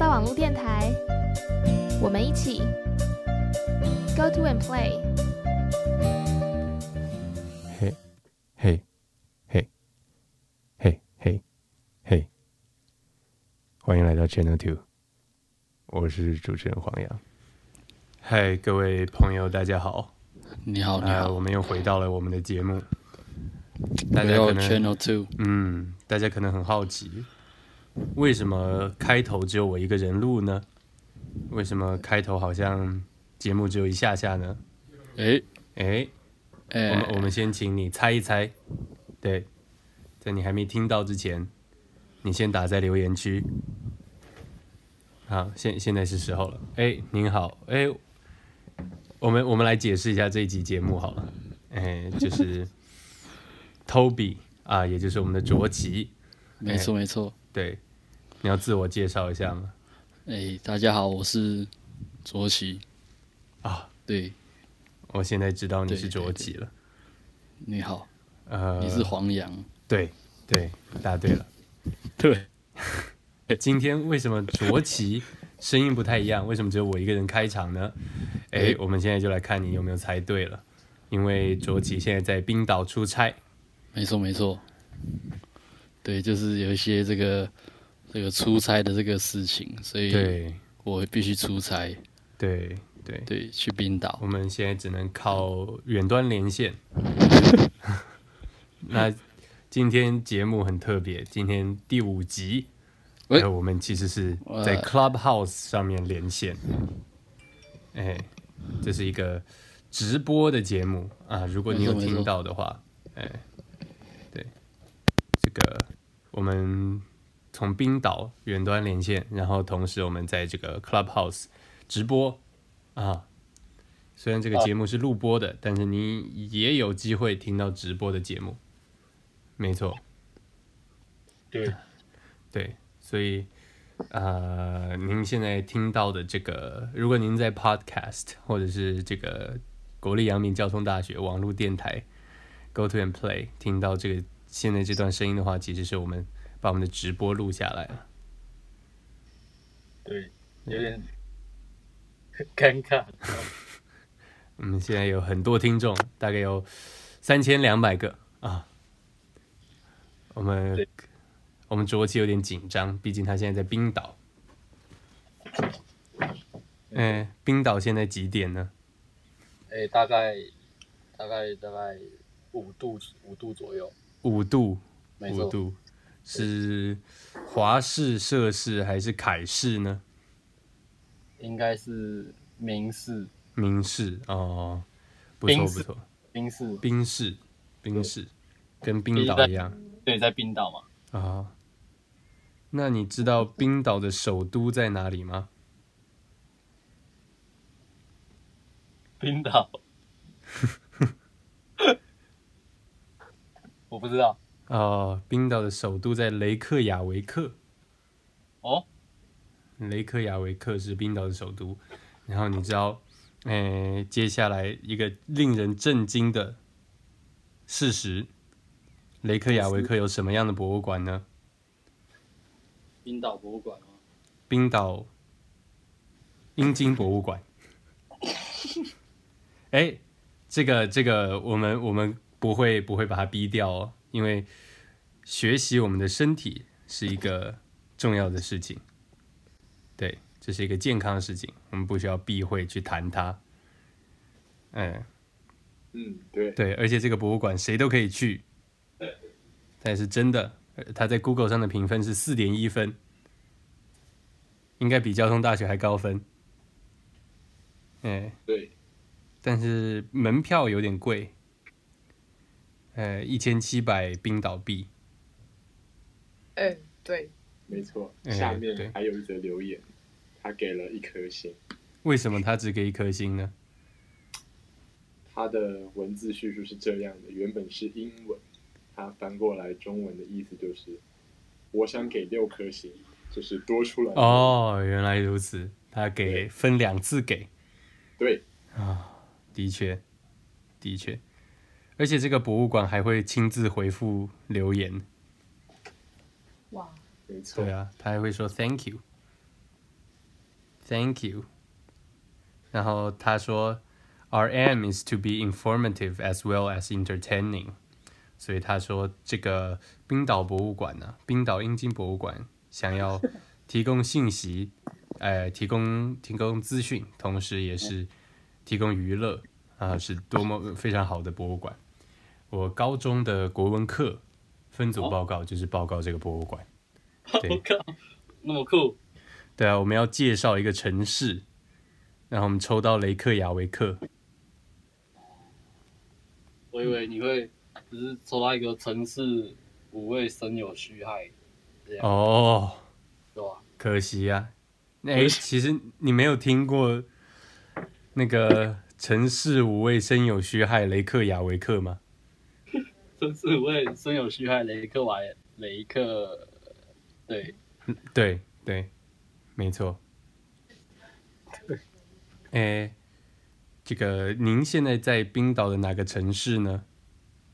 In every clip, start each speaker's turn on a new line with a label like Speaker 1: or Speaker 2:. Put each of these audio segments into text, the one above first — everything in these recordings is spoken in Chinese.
Speaker 1: 网络电台，我们一起 Go to and play。
Speaker 2: 嘿，嘿，嘿，嘿，嘿，嘿，欢迎来到 Channel Two，我是主持人黄洋。嗨，各位朋友，大家好。
Speaker 3: 你好，你
Speaker 2: 呃，
Speaker 3: 好，
Speaker 2: 我们又回到了我们的节目。大
Speaker 3: 没
Speaker 2: 家可
Speaker 3: 有
Speaker 2: 能，
Speaker 3: Channel Two，
Speaker 2: 嗯，大家可能很好奇，为什么开头只有我一个人录呢？为什么开头好像节目只有一下下呢？
Speaker 3: 哎
Speaker 2: 诶。我们
Speaker 3: 哎
Speaker 2: 我们先请你猜一猜，对，在你还没听到之前，你先打在留言区。好，现现在是时候了。哎，您好，哎，我们我们来解释一下这一集节目好了。哎，就是 Toby 啊，也就是我们的卓奇，
Speaker 3: 没
Speaker 2: 哎
Speaker 3: 错没错，
Speaker 2: 对，你要自我介绍一下吗？
Speaker 3: 哎，大家好，我是卓奇
Speaker 2: 啊，
Speaker 3: 对，
Speaker 2: 我现在知道你
Speaker 3: 对对
Speaker 2: 是卓奇了。
Speaker 3: 你好，
Speaker 2: 呃，
Speaker 3: 你是黄洋，
Speaker 2: 对对，答对了。
Speaker 3: 对，
Speaker 2: 今天为什么卓奇声音不太一样？为什么只有我一个人开场呢？哎
Speaker 3: 诶，
Speaker 2: 我们现在就来看你有没有猜对了，因为卓奇现在在冰岛出差。
Speaker 3: 没错没错，对，就是有一些这个这个出差的这个事情，所以
Speaker 2: 对
Speaker 3: 我必须出差，
Speaker 2: 对对，
Speaker 3: 对，去冰岛
Speaker 2: 我，们现在只能靠远端 连线。那今天节目很特别，今天第五集，
Speaker 3: 喂
Speaker 2: 呃我们其实是在
Speaker 3: 呃
Speaker 2: Clubhouse 上面连线。哎，这是一个直播的节目啊，如果你有
Speaker 3: 没错没错
Speaker 2: 听到的话，哎，对，这个我们从冰岛远端连线，然后同时我们在这个 Clubhouse 直播啊。虽然这个节目是录播的，但是你也有机会听到直播的节目，没错，
Speaker 4: 对，
Speaker 2: 对，所以呃，您现在听到的这个，如果您在 Podcast 或者是这个国立阳明交通大学网络电台 Go to and Play 听到这个现在这段声音的话，其实是我们把我们的直播录下来了。
Speaker 4: 对，有点尴尬。
Speaker 2: 我们现在有很多听众，大概有三千两百个啊。我们
Speaker 4: 对
Speaker 2: 我们卓奇有点紧张，毕竟他现在在冰岛。嗯、冰岛现在几点呢？
Speaker 4: 哎、大概大概大概五度五度左右，
Speaker 2: 五度，
Speaker 4: 没
Speaker 2: 五
Speaker 4: 错，
Speaker 2: 度是华氏、摄氏还是凯氏呢？
Speaker 4: 应该是明氏
Speaker 2: 明氏哦，不错
Speaker 4: 冰
Speaker 2: 不
Speaker 4: 室
Speaker 2: 错，
Speaker 4: 冰室，
Speaker 2: 冰氏冰氏跟冰
Speaker 4: 冰
Speaker 2: 岛
Speaker 4: 在
Speaker 2: 一样
Speaker 4: 对，在冰岛嘛。
Speaker 2: 啊、哦那你知道冰岛的首都在哪里吗？
Speaker 4: 冰岛， 我不知道
Speaker 2: 哦，冰岛的首都在雷克雅维克。
Speaker 4: 哦，
Speaker 2: 雷克雅维克是冰岛的首都。然后你知道， 诶、接下来一个令人震惊的事实：雷克雅维克有什么样的博物馆呢？
Speaker 3: 冰岛博物馆吗？
Speaker 2: 冰岛英金博物馆。哎、这个这个，我们我们不会不会把它逼掉哦，因为学习我们的身体是一个重要的事情，对，这是一个健康的事情，我们不需要避讳去谈它。嗯，
Speaker 4: 嗯，对，
Speaker 2: 对，而且这个博物馆谁都可以去，但是真的，呃它在 Google 上的评分是四点一分，应该比交通大学还高分。哎，
Speaker 4: 对，
Speaker 2: 但是门票有点贵，呃，一千七百冰岛币。
Speaker 5: 哎、对，
Speaker 6: 没错，
Speaker 2: 哎
Speaker 6: 下
Speaker 2: 对
Speaker 6: 面还有一则留言，他给了一颗星，
Speaker 2: 为什么它只给一颗星呢？
Speaker 6: 他的文字叙述是这样的，原本是英文，他翻过来中文的意思就是，我想给六颗星，就是多出来的，
Speaker 2: 哦，原来如此，它给分两次给。
Speaker 6: 对，
Speaker 2: 的确，的确，而且这个博物馆还会亲自回复留言。
Speaker 5: 哇，
Speaker 6: 没错
Speaker 2: 啊对，啊，他还会说 thank you。 Thank you。然后他说，Our aim is to be informative as well as entertaining。所以他说，这个冰岛博物馆呢、冰岛英金博物馆想要提供信息，呃，提供提供资讯，同时也是提供娱乐啊、是多么非常好的博物馆。我高中的国文课分组报告就是报告这个博物馆。对
Speaker 7: 我靠，那么酷，
Speaker 2: 对啊，我们要介绍一个城市，然后我们抽到雷克雅维克，
Speaker 7: 我以为你会只是抽到一个城市五位生有虚害，
Speaker 2: 哦，
Speaker 7: 对吧？
Speaker 2: 可惜啊。那、诶其实你没有听过那个城市五位生有虚害雷克雅维克吗？
Speaker 7: 城市五位生有虚害，雷克瓦雷克，对，
Speaker 2: 对对，没错。诶，这个您现在在冰岛的哪个城市呢？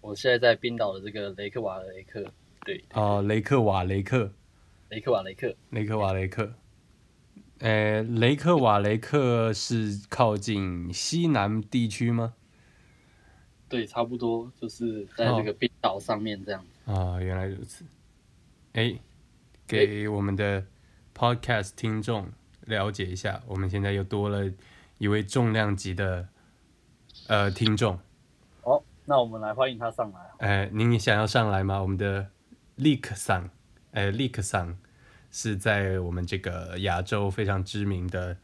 Speaker 7: 我现在在冰岛的这个雷克瓦雷克，对，
Speaker 2: 哦，雷克瓦雷克，
Speaker 7: 雷克瓦雷克，
Speaker 2: 雷克瓦雷克。诶，雷克瓦雷克是靠近西南地区吗？
Speaker 7: 对，差不多就是在这
Speaker 2: 哦
Speaker 7: 个冰岛上面这样。
Speaker 2: 啊、原来如此。哎，给我们的 podcast 听众了解一下，我们现在又多了一位重量级的呃听众。
Speaker 7: 好、那我们来欢迎他上来。啊
Speaker 2: 呃，您想要上来吗？我们的 Leak 桑，呃，Leak 桑是在我们这个亚洲非常知名的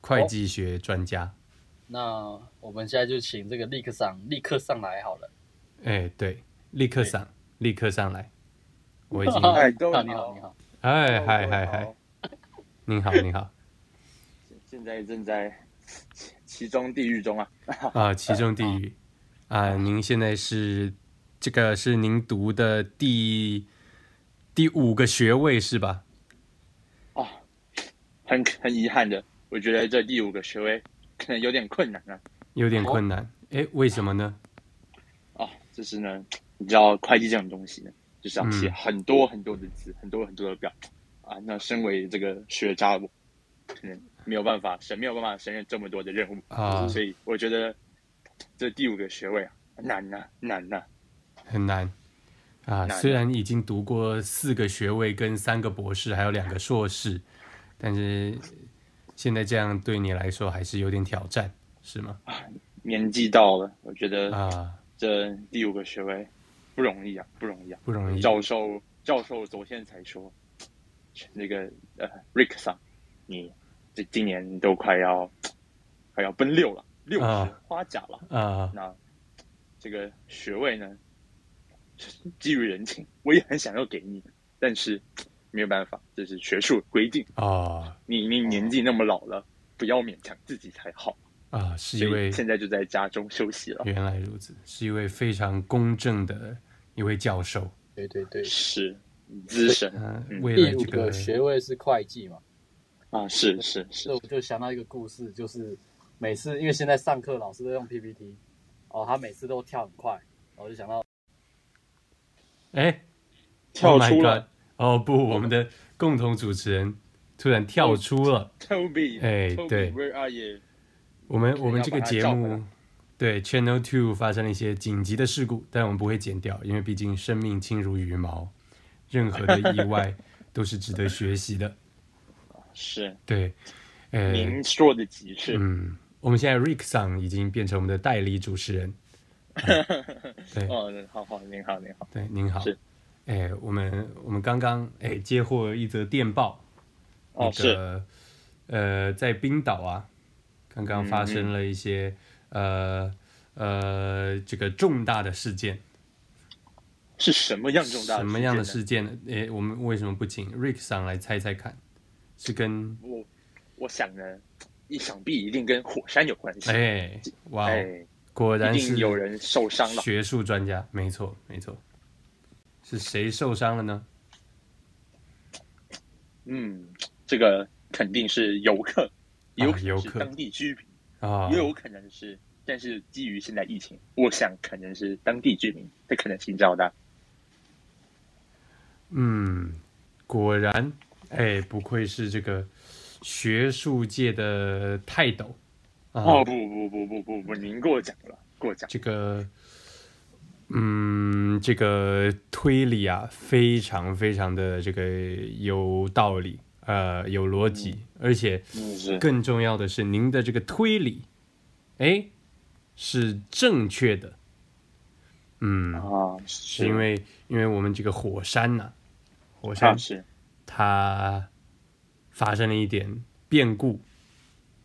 Speaker 2: 会计学专家。
Speaker 7: 那我们现在就请这个立刻上立刻上来好了。
Speaker 2: 哎、对，Leak 桑，立刻上来。我已 经，
Speaker 8: 嗨，各
Speaker 7: 啊
Speaker 8: 位
Speaker 7: 你好，你好，
Speaker 2: 嗨嗨
Speaker 8: 各位
Speaker 2: 嗨嗨
Speaker 8: 好，，
Speaker 2: 您 好，您好
Speaker 8: 现在正在 其其中地狱中啊，
Speaker 2: 啊，其中地狱啊，您现在是这个是您读的第第五个学位是吧？
Speaker 8: 很很遗憾的，我觉得这第五个学位可能有点困难啊。
Speaker 2: 有点困难，哎、为什么呢？
Speaker 8: 啊，就是呢，你知道会计这种东西呢，就是要写
Speaker 2: 嗯
Speaker 8: 很多很多的字，很多很多的表啊。那身为这个学渣，我可能没有办法胜，没有办法胜任这么多的任务
Speaker 2: 啊
Speaker 8: 所以我觉得这第五个学位啊，难呐、难啊呐、
Speaker 2: 很难啊，
Speaker 8: 难
Speaker 2: 虽然已经读过四个学位、跟三个博士，还有两个硕士，但是现在这样对你来说还是有点挑战，是吗？
Speaker 8: 年纪到了，我觉得
Speaker 2: 啊，
Speaker 8: 这第五个学位不容易啊，不容易啊。
Speaker 2: 不容易。
Speaker 8: 教授教授昨天才说，那个呃，Rick 桑，你这今年都快要快要奔六了，六十
Speaker 2: 啊
Speaker 8: 花甲了。
Speaker 2: 啊
Speaker 8: 那这个学位呢，基于人情，我也很想要给你，但是没有办法，这是学术规定。
Speaker 2: 啊
Speaker 8: 你你年纪那么老了，不要勉强自己才好。
Speaker 2: 啊！是一
Speaker 8: 所
Speaker 2: 位
Speaker 8: 以现在就在家中休息了。
Speaker 2: 原来如此，是一位非常公正的一位教授。
Speaker 9: 对对对，
Speaker 8: 是资深
Speaker 2: 嗯、
Speaker 8: 嗯
Speaker 2: 未来
Speaker 7: 第
Speaker 2: 这
Speaker 7: 五
Speaker 2: 个
Speaker 7: 个学位是会计嘛，
Speaker 8: 啊，是是是
Speaker 7: 所以我就想到一个故事，就是每次因为现在上课老师都用 PPT，哦，他每次都跳很快，我就想
Speaker 2: 哦
Speaker 7: 到
Speaker 2: 哎，
Speaker 8: 跳
Speaker 2: Oh my
Speaker 8: 出了
Speaker 2: God 哦不，我们的共同主持人突然跳出了。
Speaker 8: Toby，
Speaker 2: 哎对
Speaker 8: ，Toby，Where are you？
Speaker 2: 我们我们这个节
Speaker 8: 要把它叫回来
Speaker 2: 目，对 Channel Two 发生了一些紧急的事故，但我们不会剪掉，因为毕竟生命轻如羽毛，任何的意 外都是值得学习的。
Speaker 8: 是
Speaker 2: 对，呃，
Speaker 8: 您说的极致。
Speaker 2: 嗯，我们现在 Rick 桑已经变成我们的代理主持人。对
Speaker 8: 哦，好好，您好，您好。
Speaker 2: 对，您好
Speaker 8: 是。
Speaker 2: 哎，我们我们刚刚哎接获一则电报，
Speaker 8: 哦，
Speaker 2: 那
Speaker 8: 是
Speaker 2: 个呃，在冰岛啊，刚刚发生了一些、
Speaker 8: 嗯
Speaker 2: 呃呃这个重大的事件。
Speaker 8: 是什么样重大？
Speaker 2: 什么样的
Speaker 8: 事件
Speaker 2: 事
Speaker 8: 呢？
Speaker 2: 件呢？诶，我们为什么不请 Rick 上来猜猜看？是跟
Speaker 8: 我我想呢，一想必一定跟火山有关系。
Speaker 2: 哎哇哦，
Speaker 8: 哎，
Speaker 2: 果然
Speaker 8: 一
Speaker 2: 是
Speaker 8: 定有人受伤了。
Speaker 2: 学术专家，没错没错。是谁受伤了呢？
Speaker 8: 嗯，这个肯定是游客，也有
Speaker 2: 啊
Speaker 8: 可
Speaker 2: 游
Speaker 8: 能是
Speaker 2: 客
Speaker 8: 当地居民，
Speaker 2: 啊
Speaker 8: 也有可能是，但是基于现在疫情，我想可能是当地居民的可能性较大。
Speaker 2: 嗯，果然，哎，不愧是这个学术界的泰斗啊、
Speaker 8: 哦不不不不不不，您过奖了，过奖。
Speaker 2: 这个，嗯，这个推理啊，非常非常的这个有道理，呃，有逻辑，而且
Speaker 8: 嗯是
Speaker 2: 更重要的是，您的这个推理，哎，是正确的。嗯，
Speaker 8: 啊，
Speaker 2: 是
Speaker 8: 是
Speaker 2: 因为因为我们这个火山呐、火山
Speaker 8: 啊是，
Speaker 2: 它发生了一点变故，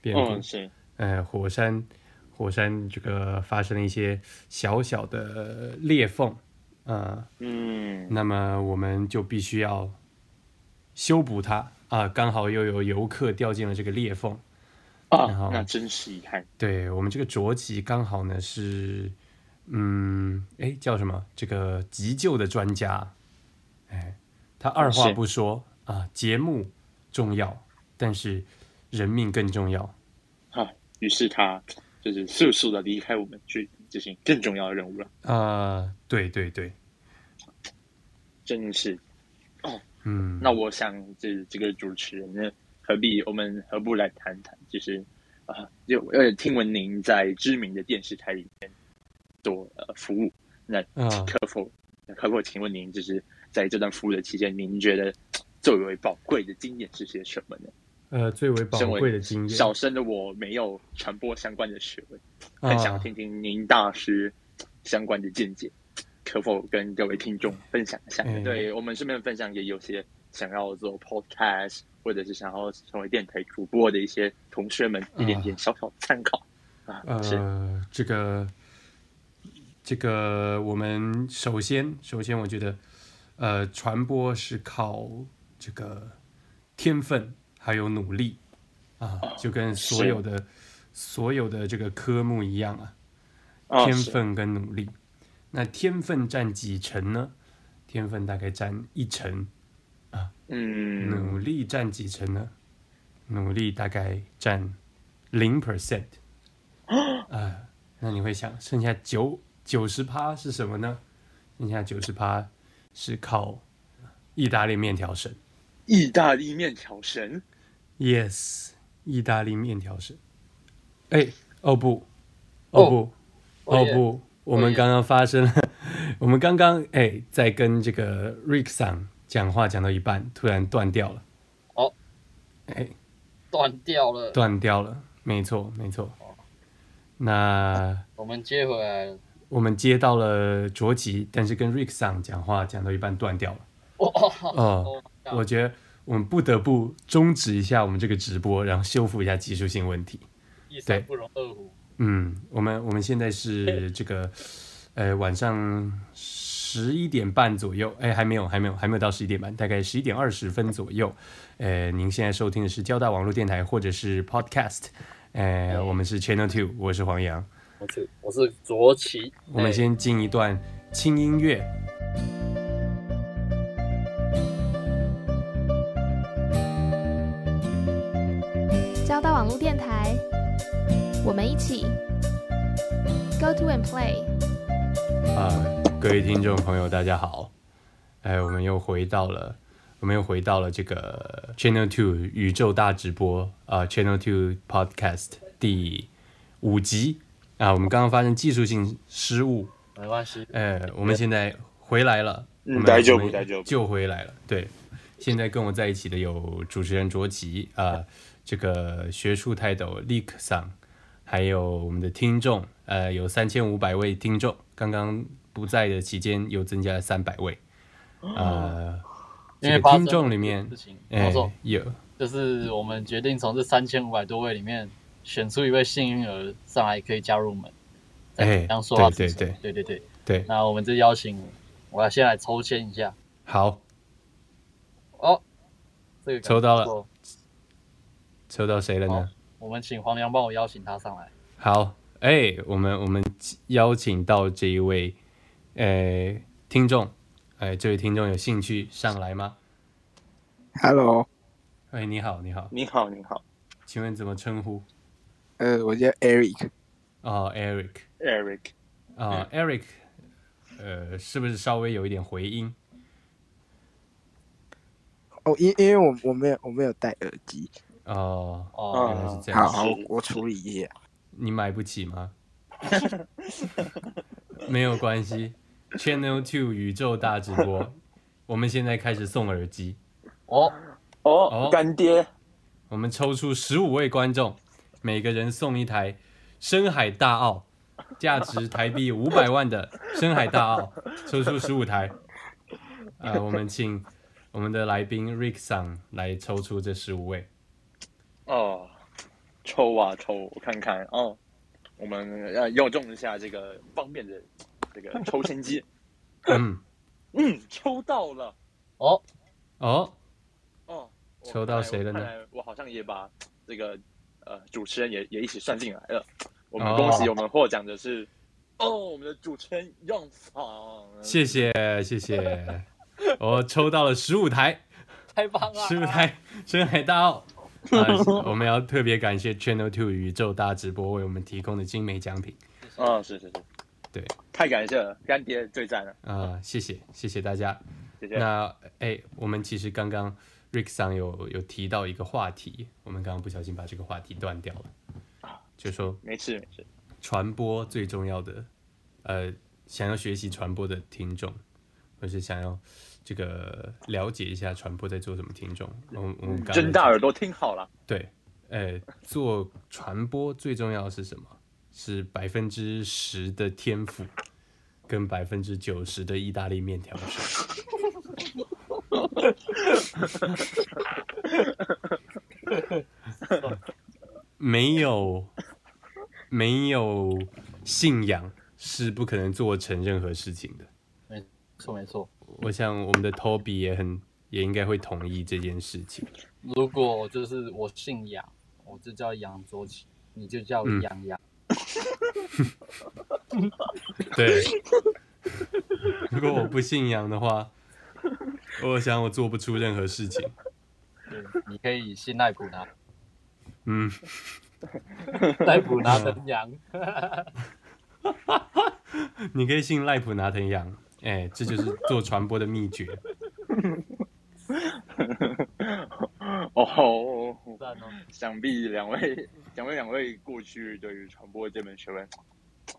Speaker 2: 变故，
Speaker 8: 嗯是，
Speaker 2: 呃，火山火山这个发生了一些小小的裂缝，呃，
Speaker 8: 嗯
Speaker 2: 那么我们就必须要修补它啊。刚好又有游客掉进了这个裂缝，然
Speaker 8: 啊
Speaker 2: 后，
Speaker 8: 那真是遗憾。
Speaker 2: 对我们这个着急刚好呢是，嗯，哎叫什么？这个急救的专家，哎，他二话
Speaker 8: 是
Speaker 2: 不说啊，节目重要，但是人命更重要。
Speaker 8: 啊，于是他就是速速的离开我们，去执行更重要的任务了。
Speaker 2: 啊，对对对，
Speaker 8: 真是，
Speaker 2: 嗯，
Speaker 8: 那我想这这个主持人呢，何必我们何不来谈谈，就是啊，就呃，听闻您在知名的电视台里面做呃服务，那
Speaker 2: 啊
Speaker 8: 可否、可否请问您，就是在这段服务的期间，您觉得最为宝贵的经验是些什么呢？
Speaker 2: 呃，最为宝
Speaker 8: 身为
Speaker 2: 贵的经验，
Speaker 8: 小生的我没有传播相关的学问，
Speaker 2: 啊
Speaker 8: 很想听听您大师相关的见解，可否跟各位听众分享一下？
Speaker 2: 哎
Speaker 8: 对我们顺便分享给有些想要做 podcast 或者是想要成为电台主播的一些同学们一点点小小参考啊是
Speaker 2: 啊呃，这个，这个，我们首先，首先，我觉得，呃，传播是靠这个天分还有努力啊，就跟所
Speaker 8: 是
Speaker 2: 有的所有的这个科目一样啊，
Speaker 8: 啊
Speaker 2: 天
Speaker 8: 是
Speaker 2: 分跟努力。那天分占几成呢？天分大概占一成，
Speaker 8: 嗯
Speaker 2: 努力占几成呢？努力大概占零 percent，啊，那你会想，剩下九九十趴是什么呢？剩下九十趴是靠意大利面条神
Speaker 8: 意大利面条神
Speaker 2: ，yes，意大利面条神。哎，哦不，哦不，哦
Speaker 7: 哦耶
Speaker 2: 不，我们刚刚发生了，我们刚刚哎在跟这个 Rick 桑讲话讲到一半，突然断掉了。
Speaker 7: 哦，
Speaker 2: 哎。
Speaker 7: 断掉了，
Speaker 2: 断掉了，没错没错。那
Speaker 7: 我们接回来了。
Speaker 2: 我们接到了卓吉，但是跟 Rick 上讲话讲到一半断掉了。
Speaker 7: 哦哦
Speaker 2: 哦，
Speaker 7: 哦，这样
Speaker 2: 我觉得我们不得不终止一下我们这个直播，然后修复一下技术性问题。
Speaker 7: 一
Speaker 2: 对
Speaker 7: 山不容二虎。
Speaker 2: 嗯，我们我们现在是这个，呃，晚上十一点半左右，哎，还没有，还没有，还没有到十一点半，大概十一点二十分左右。呃，您现在收听的是交大网络电台或者是 Podcast，呃，我们是 Channel Two，我是黄洋。
Speaker 7: 我是我是卓奇，哎
Speaker 2: 我们先进一段轻音乐。
Speaker 1: 交大网络电台，我们一起 go to and play。
Speaker 2: 啊、各位听众朋友，大家好！哎，我们又回到了，我们又回到了这个 Channel Two 宇宙大直播啊、c h a n n e l Two Podcast 第五集啊、我们刚刚发生技术性失误，
Speaker 7: 没关系，
Speaker 2: 呃，我们现在回来了，
Speaker 8: 嗯
Speaker 2: 我们
Speaker 8: 大丈夫
Speaker 2: 我们
Speaker 8: 大丈夫
Speaker 2: 救回来了。对，现在跟我在一起的有主持人卓奇啊、呃这个学术泰斗 Leak 桑，还有我们的听众，呃，有三千五百位听众，刚刚不在的期间又增加三百位，呃，
Speaker 7: 哦
Speaker 2: 这
Speaker 7: 因为
Speaker 2: 个
Speaker 7: 发生
Speaker 2: 听众里面
Speaker 7: 事，情，
Speaker 2: 哎
Speaker 7: 没错，，
Speaker 2: 有
Speaker 7: 就是我们决定从这三千五百多位里面选出一位幸运儿上来可以加入我们。
Speaker 2: 哎
Speaker 7: 这样说话
Speaker 2: 对对
Speaker 7: 对对对。
Speaker 2: 对，
Speaker 7: 那我们这邀请，我要先来抽签一下。
Speaker 2: 好，
Speaker 7: 哦，这个感觉
Speaker 2: 抽到了
Speaker 7: 不错。
Speaker 2: 抽到谁了呢？
Speaker 7: 我们请黄良帮我邀请他上来。
Speaker 2: 好，哎，我们我们邀请到这一位，呃，听众，哎，这位听众有兴趣上来吗？
Speaker 10: Hello，
Speaker 2: 哎，你好，你好，
Speaker 8: 你好你好
Speaker 2: 请问怎么称呼？
Speaker 10: 呃，我叫 Eric，嗯
Speaker 2: 哦，Eric，
Speaker 8: Eric
Speaker 2: 啊、e r i c 呃，是不是稍微有一点回音？
Speaker 10: 哦，因因为我我没有我没有戴耳机，
Speaker 2: 哦
Speaker 8: 哦
Speaker 2: 原来是这样。
Speaker 10: 好好，我处理一下。
Speaker 2: 你买不起吗？ 没有关系，Channel Two 宇宙大直播，我们现在开始送耳机，
Speaker 7: 哦，
Speaker 2: 哦
Speaker 8: 哦，干爹，
Speaker 2: 我们抽出十五位观众，每个人送一台深海大澳，价值台币五百万的深海大澳，抽出十五台。呃，我们请我们的来宾 Rick 桑来抽出这十五位。
Speaker 8: 哦，抽啊抽，我看看哦，我们要要用一下这个方便的这个抽签机。
Speaker 2: 嗯，
Speaker 8: 嗯，抽到了
Speaker 2: 哦，
Speaker 8: 哦，我
Speaker 2: 抽到
Speaker 8: 看来
Speaker 2: 谁了呢
Speaker 8: 我看来我好像也把这个呃主持人也也一起算进来了。我
Speaker 2: 哦
Speaker 8: 们恭喜我们获奖的是哦，我们的主持人样坊。
Speaker 2: 谢谢谢谢，我抽到了十五台。
Speaker 7: 太棒了！
Speaker 2: 十五台深海大 澳。啊，我们要特别感谢 Channel Two 宇宙大直播为我们提供的精美奖品
Speaker 8: 啊、是是是，
Speaker 2: 对，
Speaker 8: 太感谢了，干爹最赞了，
Speaker 2: 啊、谢谢谢谢大家。
Speaker 8: 谢谢。
Speaker 2: 那哎、我们其实刚刚 Rick 桑有有提到一个话题，我们刚刚不小心把这个话题断掉了，就说
Speaker 8: 没事没事，
Speaker 2: 传播最重要的，呃，想要学习传播的听众，或是想要这个了解一下传播在做什么听众，我们我们刚刚
Speaker 8: 睁大耳朵听好了，
Speaker 2: 对，呃，做传播最重要的是什么？是百分之十的天赋，跟百分之九十的意大利面条手。 没有，没有信仰是不可能做成任何事情的。
Speaker 7: 错没错。
Speaker 2: 我想我们的 Toby 也很也应该会同意这件事情。
Speaker 7: 如果就是我姓杨，我就叫杨卓奇，你就叫
Speaker 2: 嗯
Speaker 7: 杨洋。
Speaker 2: 对，如果我不信仰的话，我想我做不出任何事情。
Speaker 7: 对，你可以姓赖普拿，
Speaker 2: 嗯，
Speaker 7: 赖普拿成羊。
Speaker 2: 你可以信赖普拿藤羊，哎、这就是做传播的秘诀。
Speaker 8: 哦，
Speaker 7: 赞哦
Speaker 8: 想必两位想必两位过去对于传播这门学问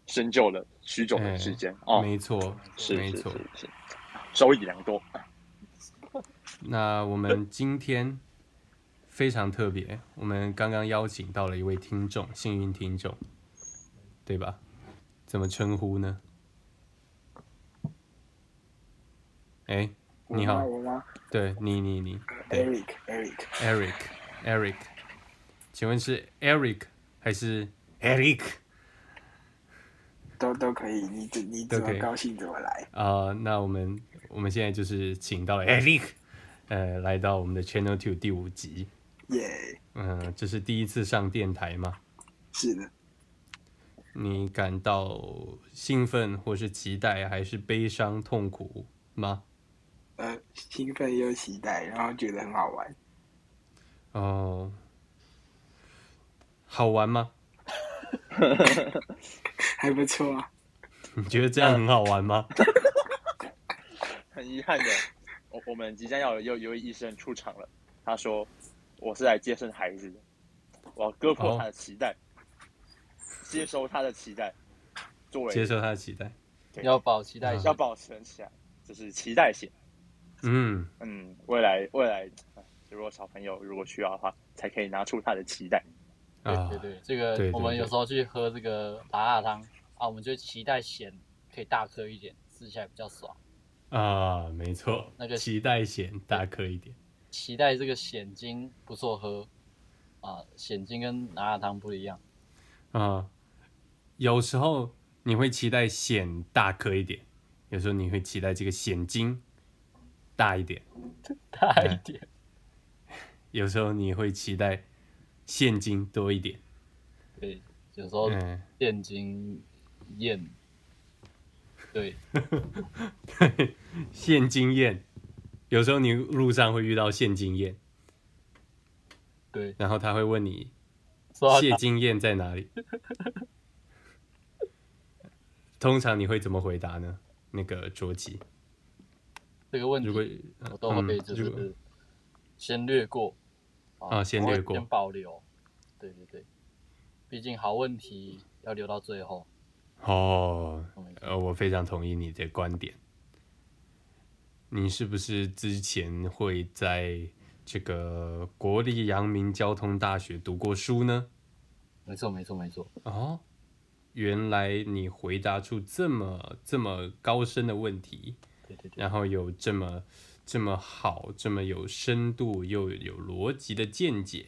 Speaker 8: 深究了许久的时间哦，
Speaker 2: 没错，
Speaker 8: 是
Speaker 2: 哎没
Speaker 8: 是
Speaker 2: 错。
Speaker 8: 是是，收益良多，
Speaker 2: 那我们今天非常特别，我们刚刚邀请到了一位听众，幸运听众，对吧？怎么称呼呢？哎、你好，
Speaker 10: 我吗
Speaker 2: 对你，你，你，对。
Speaker 10: ？Eric，Eric，
Speaker 2: Eric Eric，请问是 Eric 还是 Eric？
Speaker 10: 都都可以，你怎你怎
Speaker 2: 都可以
Speaker 10: 么高兴怎么来。
Speaker 2: 啊、那我们我们现在就是请到了 Eric，呃，来到我们的 Channel Two 第五集，
Speaker 10: 耶，
Speaker 2: 嗯、这是第一次上电台嘛？
Speaker 10: 是的，
Speaker 2: 你感到兴奋或是期待，还是悲伤痛苦吗？
Speaker 10: 呃，兴奋又期待，然后觉得很好玩。
Speaker 2: 哦，好玩吗？
Speaker 10: 还不错啊。
Speaker 2: 你觉得这样很好玩吗？
Speaker 8: 很遗憾的，我我们即将要有有有一位医生出场了，他说我是来接生孩子的，我要割破他的脐带，接收他的脐带，作为
Speaker 2: 接受他的期待，
Speaker 7: 要保期待一下
Speaker 8: 要，保存起来，就是脐带血。
Speaker 2: 嗯。
Speaker 8: 嗯，未来未来，呃如果小朋友如果需要的话，才可以拿出他的脐带。
Speaker 2: 啊
Speaker 7: 对对对，这
Speaker 2: 对
Speaker 7: 个
Speaker 2: 对
Speaker 7: 我们
Speaker 2: 对
Speaker 7: 有时候去喝这个麻辣汤啊，我们就期待咸可以大颗一点，吃起来比较爽。
Speaker 2: 啊，没错，
Speaker 7: 那个
Speaker 2: 脐带险大颗一点。
Speaker 7: 期待这个咸精不错喝啊，咸精跟麻辣汤不一样。
Speaker 2: 啊，有时候你会期待险大颗一点，有时候你会期待这个险金大一点，
Speaker 7: 大
Speaker 2: 嗯
Speaker 7: 一点，
Speaker 2: 有时候你会期待现金多一点。
Speaker 7: 对，有时候
Speaker 2: 嗯，
Speaker 7: 现金宴，对，
Speaker 2: 现金宴，有时候你路上会遇到现金宴，
Speaker 7: 对，
Speaker 2: 然后他会问你
Speaker 7: 说到
Speaker 2: 谢
Speaker 7: 哪
Speaker 2: 金燕在哪里？ 通常你会怎么回答呢？那个卓奇，
Speaker 7: 这个问
Speaker 2: 如果
Speaker 7: 题，我都会
Speaker 2: 嗯
Speaker 7: 就
Speaker 2: 如果
Speaker 7: 是先略过，
Speaker 2: 啊，先略
Speaker 7: 先
Speaker 2: 过。
Speaker 7: 保留。对对对，毕竟好问题要留到最后。
Speaker 2: 哦，呃，我非常同意你的观点。你是不是之前会在这个国立阳明交通大学读过书呢？
Speaker 7: 没错没错没错，
Speaker 2: 哦，原来你回答出这么这么高深的问题，
Speaker 7: 对对对，
Speaker 2: 然后有这么这么好、这么有深度又有逻辑的见解。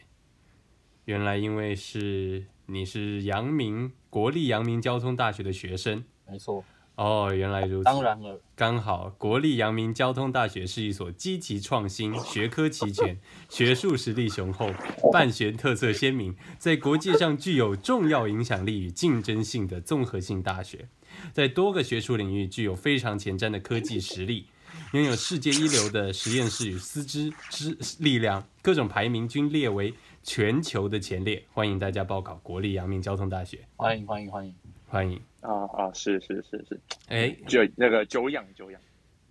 Speaker 2: 原来因为是你是阳明国立阳明交通大学的学生
Speaker 7: 没错，
Speaker 2: 哦，原来如此。
Speaker 7: 当然了，
Speaker 2: 刚好，国立阳明交通大学是一所积极创新、学科齐全、 学术实力雄厚、办学特色鲜明，在国际上具有重要影响力与竞争性的综合性大学，在多个学术领域具有非常前瞻的科技实力，拥有世界一流的实验室与师资之力量，各种排名均列为全球的前列。欢迎大家报考国立阳明交通大学，
Speaker 7: 欢迎欢迎欢迎，
Speaker 2: 欢迎！
Speaker 8: 啊啊，是是是是，
Speaker 2: 哎，
Speaker 8: 就那个久仰久仰，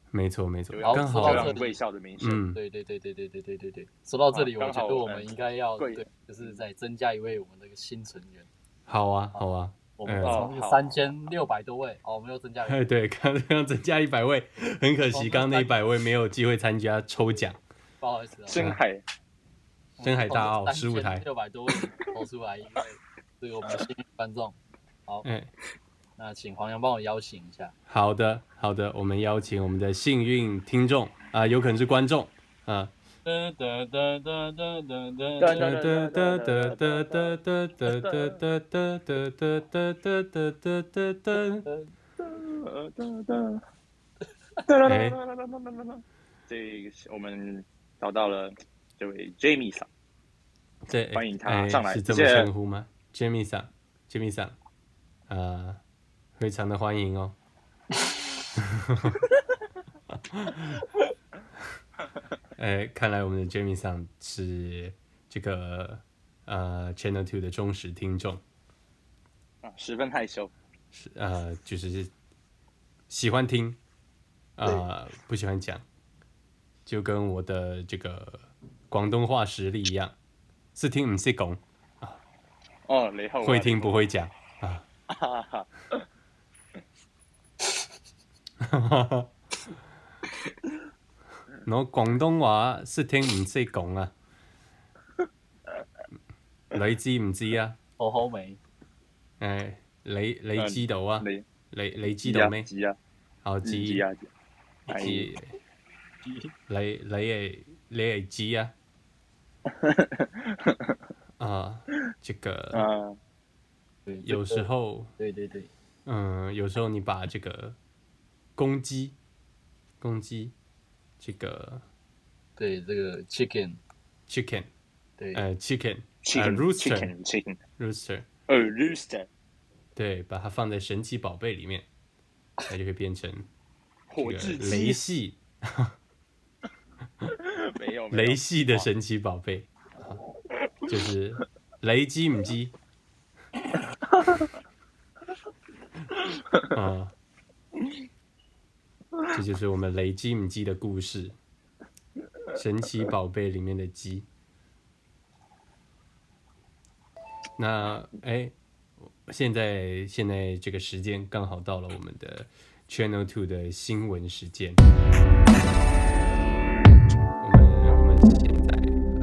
Speaker 2: 没错没错
Speaker 8: 久，
Speaker 2: 刚
Speaker 8: 仰
Speaker 2: 好
Speaker 8: 久仰贵校的名声。
Speaker 2: 嗯，
Speaker 7: 对对对对对对对对对，说到这里，
Speaker 8: 啊
Speaker 7: 我觉得我
Speaker 8: 刚好我
Speaker 7: 们
Speaker 8: 们
Speaker 7: 应该要
Speaker 8: 贵
Speaker 7: 对，就是再增加一位我们的新成员，
Speaker 2: 好啊好啊。
Speaker 7: 我们
Speaker 2: 嗯
Speaker 7: 从
Speaker 8: 好
Speaker 7: 三千六百多位，哦，我们又增加一
Speaker 2: 哎，
Speaker 7: 位，
Speaker 2: 对，刚刚增加一百位，很可
Speaker 7: 哦
Speaker 2: 惜，
Speaker 7: 那
Speaker 2: 刚刚那一百位没有机会参加抽奖，
Speaker 7: 不好意思啊，
Speaker 8: 深海
Speaker 2: 深海大澳15台
Speaker 7: 六百多位投出来一位，这个我们的幸运观众，
Speaker 2: 哎，
Speaker 7: 那请黄洋帮我邀请一下，
Speaker 2: 好的，好的，我们邀请我们的幸运听众啊、有可能是观众啊，
Speaker 7: 噔噔噔噔噔噔噔
Speaker 8: 噔
Speaker 2: 哒哒哒哒哒哒哒哒哒哒哒哒哒哒哒哒哒哒哒哒，哎，
Speaker 8: 这个是我们找到了这位 Jamie 桑，
Speaker 2: 对，
Speaker 8: 欢迎他
Speaker 2: 哎
Speaker 8: 上来
Speaker 2: 是这
Speaker 8: 谢
Speaker 2: 么
Speaker 8: 谢
Speaker 2: 称呼吗？Jimmy 桑，Jimmy 桑，呃，非常的欢迎哦。 哎，看来我们的 Jimmy 桑是这个呃 Channel Two 的忠实听众，
Speaker 8: 啊，十分害羞，
Speaker 2: 是呃，就是喜欢听，呃，不喜欢讲，就跟我的这个广东话实力一样，是听唔识讲，
Speaker 8: 哦，雷后啊
Speaker 2: 会听不会讲。
Speaker 8: 哈哈，
Speaker 2: 我廣東話識聽唔識講啊，你知唔知啊？
Speaker 7: 侯哦侯梅，
Speaker 2: 誒、你你知道啊？
Speaker 8: 雷
Speaker 2: 你你知道咩？
Speaker 8: 急啊，
Speaker 2: 我知
Speaker 8: 急啊，急啊哎
Speaker 2: 知，你你係你係知 啊？啊，這個
Speaker 8: 嗯，
Speaker 7: 对
Speaker 2: 有时，候，
Speaker 7: 对对对，
Speaker 2: 嗯，有时候你把这个公鸡，公鸡，这个
Speaker 7: 对这个 chicken，
Speaker 2: chicken，
Speaker 7: 对，
Speaker 2: 呃，chicken，呃
Speaker 8: chicken
Speaker 2: ，rooster，rooster。
Speaker 8: chicken chicken，
Speaker 2: rooster
Speaker 8: 呃，rooster
Speaker 2: 对，把它放在神奇宝贝里面，它就会变成这
Speaker 8: 火
Speaker 2: 个
Speaker 8: 炙
Speaker 2: 雷
Speaker 8: 鸡，
Speaker 2: 系
Speaker 8: 没有没有
Speaker 2: 雷系的神奇宝贝，啊就是雷鸡母鸡。啊，这就是我们雷鸡母鸡的故事，神奇宝贝里面的鸡。那哎，现在现在这个时间刚好到了我们的 Channel Two 的新闻时间。我们我们现在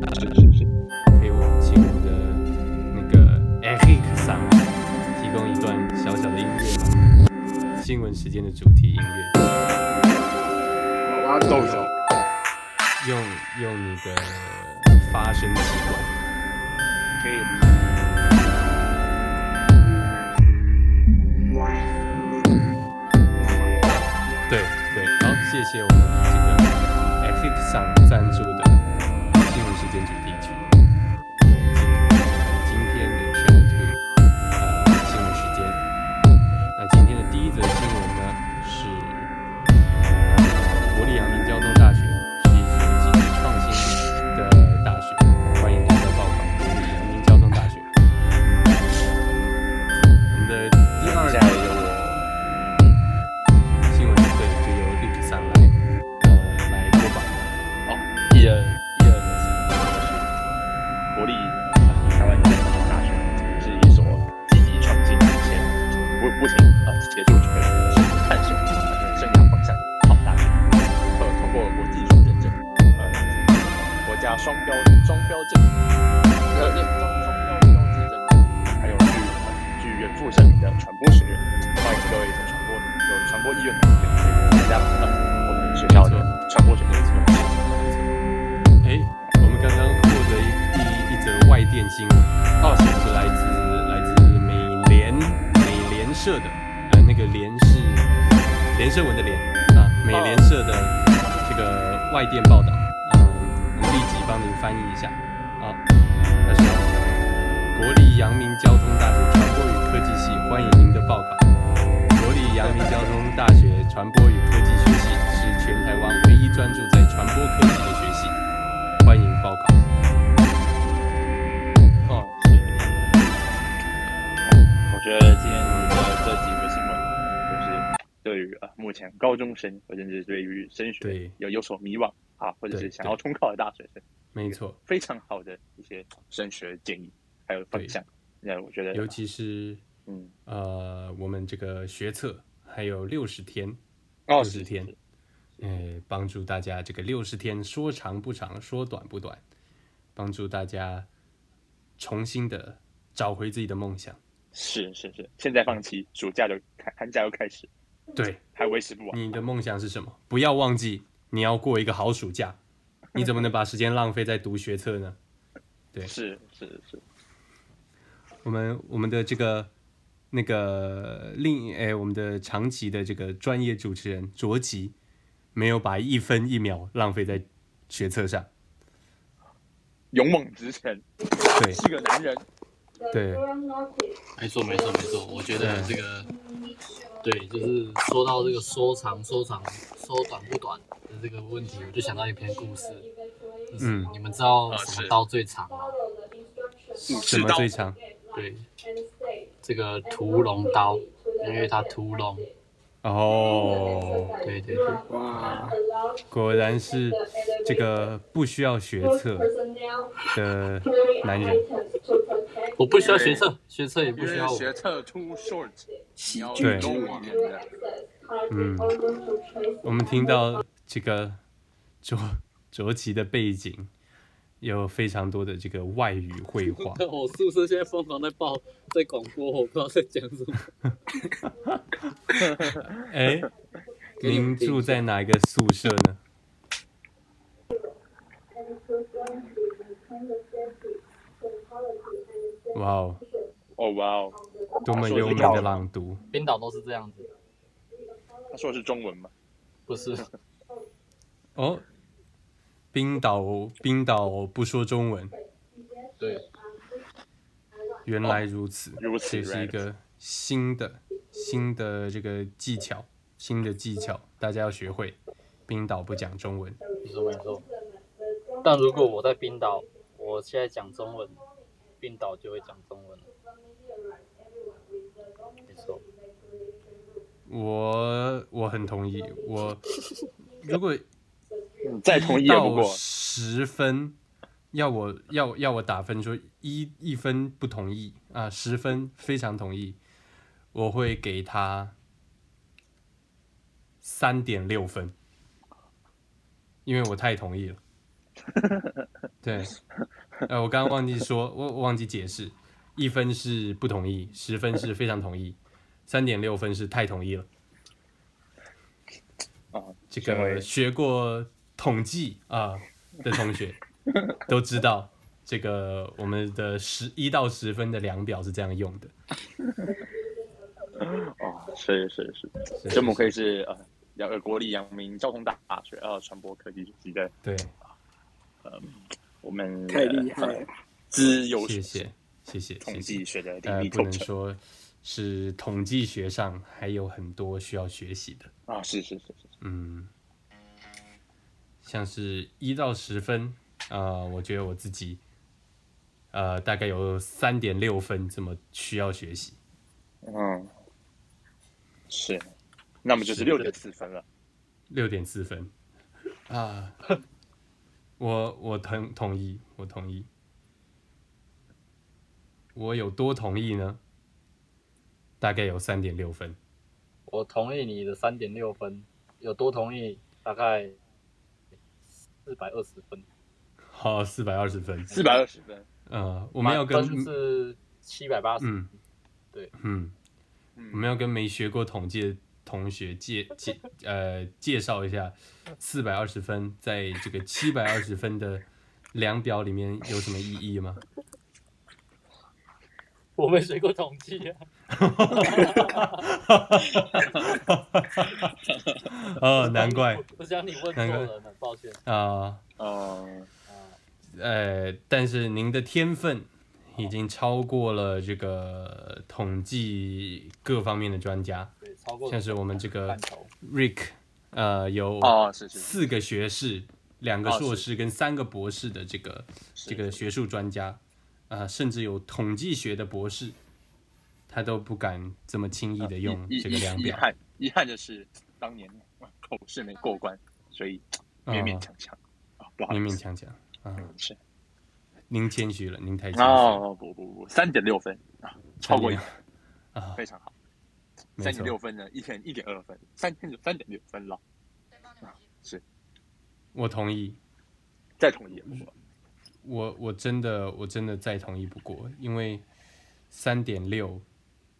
Speaker 2: 呃
Speaker 8: 是是是，
Speaker 2: 给我们请我的那个 Eric 桑提供一段小小的音乐吧，新闻时间的主题音乐，
Speaker 6: 我要动手。
Speaker 2: 用用你的发声器官。
Speaker 8: 可以
Speaker 2: 对对，好，谢谢我们这个 Eric 桑赞助的新闻时间主题曲。今天的全图呃新闻时间，那今天的第一则新闻呢是国立阳明交通大学是一所积极创新的大学，欢迎大家报考国立阳明交通大学。我们的第二
Speaker 8: 下
Speaker 2: 条
Speaker 8: 一个我
Speaker 2: 新闻对，就由 Rick 上来，呃，来播报。
Speaker 8: 哦，一人一人的新闻播医院的医院，参加我们学校的传播学的一个。
Speaker 2: 哎，我们刚刚获得一一一则外电新闻，哦，是是来自来自美联美联社的，呃，那个联是连胜文的联啊，美联社的这个外电报道，嗯，我们立即帮您翻译一下啊。他说，国立阳明交通大学传播与科技系欢迎您的报告。国立阳明交通大学传播与科技学系是全台湾唯一专注在传播科技的学系，欢迎报考。
Speaker 8: 哦，是。我觉得今天的这几个新闻，就是对于呃目前高中生，或者是对于升学
Speaker 2: 对
Speaker 8: 有有所迷惘啊，或者
Speaker 2: 对
Speaker 8: 是想要冲考的大学生，
Speaker 2: 没错，
Speaker 8: 非常好的一些升学建议还有方向。那我觉得，
Speaker 2: 尤其是
Speaker 8: 啊嗯，
Speaker 2: 呃，我们这个学测还有六十天，
Speaker 8: 哦
Speaker 2: 六十天，呃，帮助大家这个六十天说长不长，说短不短，帮助大家重新的找回自己的梦想。
Speaker 8: 是是是，现在
Speaker 2: 嗯
Speaker 8: 放弃，暑假就开，寒假又开始，
Speaker 2: 对，
Speaker 8: 还维持不完。
Speaker 2: 你的梦想是什么？不要忘记，你要过一个好暑假。你怎么能把时间浪费在读学测呢？对
Speaker 8: 是是是，
Speaker 2: 我们我们的这个那个另哎，我们的长期的这个专业主持人卓吉，没有把一分一秒浪费在学测上。
Speaker 8: 勇猛直前，
Speaker 2: 对
Speaker 8: 是个男人。
Speaker 2: 对，
Speaker 3: 没错，没错，没错。我觉得
Speaker 2: 对
Speaker 3: 这个，对，就是说到这个说长、说长、说短不短的这个问题，我就想到一篇故事。就是
Speaker 2: 嗯
Speaker 3: 你们知道
Speaker 8: 啊
Speaker 3: 什么
Speaker 8: 是
Speaker 3: 刀最长吗？
Speaker 2: 什么最长？
Speaker 3: 对，这个屠龙刀，因为它屠龙。
Speaker 2: 哦，
Speaker 3: 对对对，
Speaker 10: 哇，
Speaker 2: 果然是这个不需要学测的男人。
Speaker 3: 我不需要学测，学测也不
Speaker 8: 因
Speaker 3: 需
Speaker 8: 为
Speaker 3: 要我。
Speaker 8: 学测 too short，你要
Speaker 2: 对
Speaker 8: 中一点的。
Speaker 2: 嗯，我们听到这个卓卓奇的背景，有非常多的这个外语绘画。
Speaker 3: 我宿舍现在疯狂在报，在广播，我不知道在讲什么。
Speaker 2: 哎， 您住在哪一个宿舍呢？哇哦，
Speaker 8: 哦哇哦，
Speaker 2: 多么优美的朗读！
Speaker 7: 冰岛都是这样子，
Speaker 8: 他说的是中文吗？
Speaker 7: 不是？
Speaker 2: 哦，冰岛，冰岛不说中文，
Speaker 7: 对，
Speaker 2: 原来如此，
Speaker 8: 哦如此
Speaker 2: 这是一个新的新的这个技巧，新的技巧，大家要学会。冰岛不讲中文，
Speaker 7: 没错没错。但如果我在冰岛，我现在讲中文，冰岛就会讲中文了。没错，
Speaker 2: 我我很同意。我如果
Speaker 3: 嗯
Speaker 8: 再同意也不
Speaker 2: 到
Speaker 8: 过。
Speaker 2: 十分，要我要要我打分说一一分不同意啊，十分非常同意，我会给他三点六分，因为我太同 意了。对，呃，我刚刚忘记说，我我忘记解释，一分是不同意，十分是非常同意，三点六分是太同意了。
Speaker 8: 啊，
Speaker 2: 这
Speaker 8: 身
Speaker 2: 个
Speaker 8: 为
Speaker 2: 学过统计啊、的同 学都知道，这个我们的十一到十分的量表是这样用的。
Speaker 8: 哦，是是是，
Speaker 2: 是
Speaker 8: 这么可以是呃，两个国立阳明交通大学呃传播科技学系的，
Speaker 2: 对，
Speaker 8: 我们
Speaker 10: 太厉害
Speaker 8: 呃
Speaker 10: 了！
Speaker 8: 资优
Speaker 2: 谢谢谢谢
Speaker 8: 统
Speaker 2: 谢
Speaker 8: 计
Speaker 2: 谢。
Speaker 8: 学的鼎
Speaker 2: 呃，
Speaker 8: 力
Speaker 2: 不
Speaker 8: 构
Speaker 2: 能
Speaker 8: 成
Speaker 2: 说是统计学上还有很多需要学习的。
Speaker 8: 啊，是是是是，
Speaker 2: 嗯，像是一到十分，呃，我觉得我自己，呃，大概有三点六分这么需要学习。
Speaker 8: 嗯，是，那么就是六点四分了，
Speaker 2: 六点四分啊，我我同同意，我同意。我有多同意呢？大概有三点六分。
Speaker 7: 我同意你的三点六分，有多同意？大概四百二十分，
Speaker 2: 好，四百二十分。
Speaker 8: 四百二十分，
Speaker 2: 呃，我们要跟
Speaker 7: 满分是七百八十。
Speaker 2: 嗯，
Speaker 7: 对，
Speaker 2: 嗯，
Speaker 8: 嗯
Speaker 2: 我们要跟没学过统计的同学介介呃介绍一下，四百二十分在这个七百二十分的量表里面有什么意义吗？
Speaker 7: 我没学过统计啊。
Speaker 2: 哦，难怪
Speaker 7: 我想你问错人了，抱歉。
Speaker 2: 啊、
Speaker 8: 哦，
Speaker 2: 呃，但是您的天分已经超过了这个统计各方面的专家，
Speaker 7: 对，超过
Speaker 2: 像是我们这个
Speaker 7: 范畴。
Speaker 2: Rick，呃，有
Speaker 8: 哦，是是
Speaker 2: 四个学士、两个
Speaker 8: 哦
Speaker 2: 硕
Speaker 8: 是
Speaker 2: 士跟三个博士的这个
Speaker 8: 是
Speaker 2: 这个学术专家，啊、甚至有统计学的博士，他都不敢这么轻易的用
Speaker 8: 遗
Speaker 2: 这个量
Speaker 8: 遗遗
Speaker 2: 表。
Speaker 8: 憾，遗憾就是当年口试没过关，所以勉勉强强啊，不好
Speaker 2: 勉
Speaker 8: 意
Speaker 2: 哦勉
Speaker 8: 思，
Speaker 2: 强强啊，
Speaker 8: 是
Speaker 2: 您谦虚了，您太谦虚了，
Speaker 8: 哦，不不不，三点六分啊，超过一分
Speaker 2: 啊，
Speaker 8: 非常好，
Speaker 2: 没
Speaker 8: 三点六
Speaker 2: 错，
Speaker 8: 分呢，一天一点二分，三天就三点六分了，
Speaker 2: 我同意，
Speaker 8: 再统一我
Speaker 2: 我我真的我真的再同意不过，因为三点六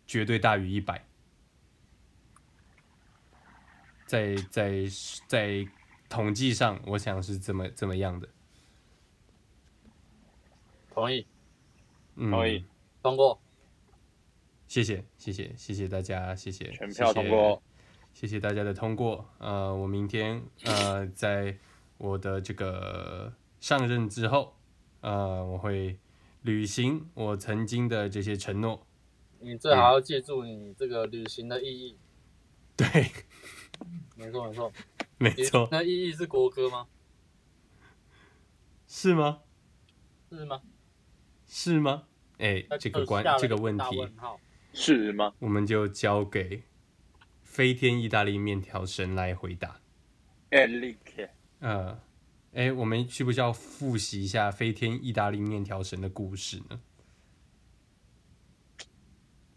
Speaker 2: 绝对大于一百，在在在统计上，我想是这么这么样的。
Speaker 7: 同意，
Speaker 2: 嗯，
Speaker 8: 同意，
Speaker 7: 通过。
Speaker 2: 谢谢谢谢谢谢大家，谢谢
Speaker 8: 全票通过，哦
Speaker 2: 谢谢，谢谢大家的通过。呃，我明天呃在我的这个上任之后，呃，我会履行我曾经的这些承诺。
Speaker 7: 你最
Speaker 2: 嗯
Speaker 7: 好要记住你这个旅行的意义。
Speaker 2: 对，
Speaker 7: 没错没错，
Speaker 2: 没
Speaker 7: 你
Speaker 2: 错，
Speaker 7: 那意义是国歌吗？
Speaker 2: 是吗？
Speaker 7: 是吗？
Speaker 2: 是吗？哎，这个关
Speaker 7: 下了
Speaker 2: 这个
Speaker 7: 一
Speaker 2: 问
Speaker 7: 大
Speaker 2: 题，
Speaker 7: 问号
Speaker 8: 是吗？
Speaker 2: 我们就交给飞天意大利面条神来回答。
Speaker 8: 哎 l i k
Speaker 2: 呃，哎，我们需不需要复习一下飞天意大利面条神的故事呢？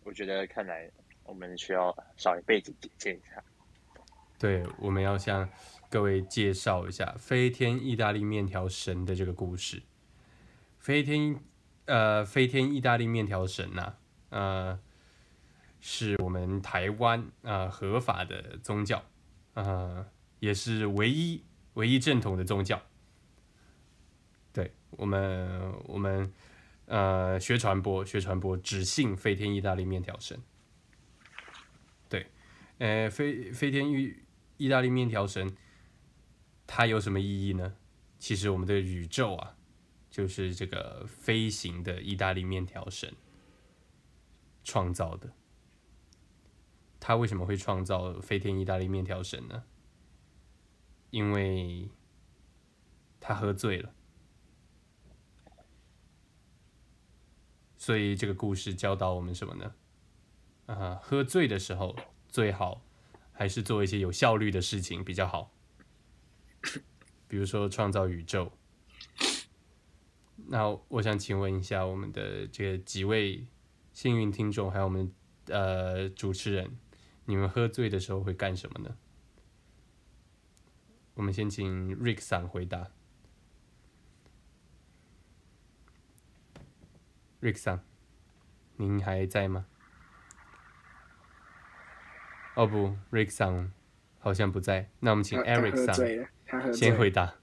Speaker 8: 我觉得看来我们需要稍微背景简介一下。
Speaker 2: 对，我们要向各位介绍一下飞天意大利面条神的这个故事。飞天，呃，飞天意大利面条神呐、呃，是我们台湾呃合法的宗教，呃，也是唯一唯一正统的宗教。对我们，我们呃学传播，学传播只信飞天意大利面条神。呃，飞飞天意意大利面条神，它有什么意义呢？其实我们的宇宙啊，就是这个飞行的意大利面条神创造的。他为什么会创造飞天意大利面条神呢？因为他喝醉了，所以这个故事教导我们什么呢？啊、喝醉的时候最好还是做一些有效率的事情比较好，比如说创造宇宙。那我想请问一下我们的这几位幸运听众，还有我们呃主持人，你们喝醉的时候会干什么呢？我们先请 Rick 桑回答。Rick 桑，您还在吗？哦不，Rick 桑好像不在，那我们请
Speaker 10: 他他
Speaker 2: Eric
Speaker 10: 喝
Speaker 2: 桑
Speaker 10: 醉了，他喝醉
Speaker 2: 先回
Speaker 10: 了，
Speaker 2: 答。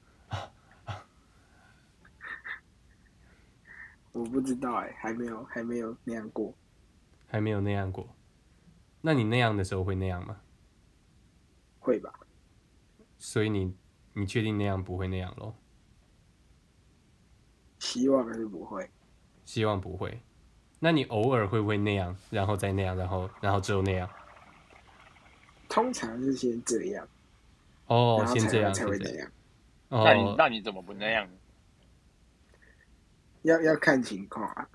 Speaker 10: 我不知道哎、还没有还没有那样过，
Speaker 2: 还没有那样过。那你那样的时候会那样吗？
Speaker 10: 会吧？
Speaker 2: 所以你你确定那样不会那样咯？
Speaker 10: 希望是不会，
Speaker 2: 希望不会。那你偶尔会不会那样，然后再那样，然后然后之后那样？
Speaker 10: 通常是先这样，
Speaker 2: 哦，
Speaker 10: 然后
Speaker 2: 先
Speaker 10: 才
Speaker 2: 这样，
Speaker 10: 才
Speaker 2: 先
Speaker 10: 会
Speaker 2: 这
Speaker 10: 那
Speaker 2: 样。
Speaker 10: 样，
Speaker 8: 那你
Speaker 2: 哦，
Speaker 8: 那你怎么不那样呢？
Speaker 10: 要要看情况啊。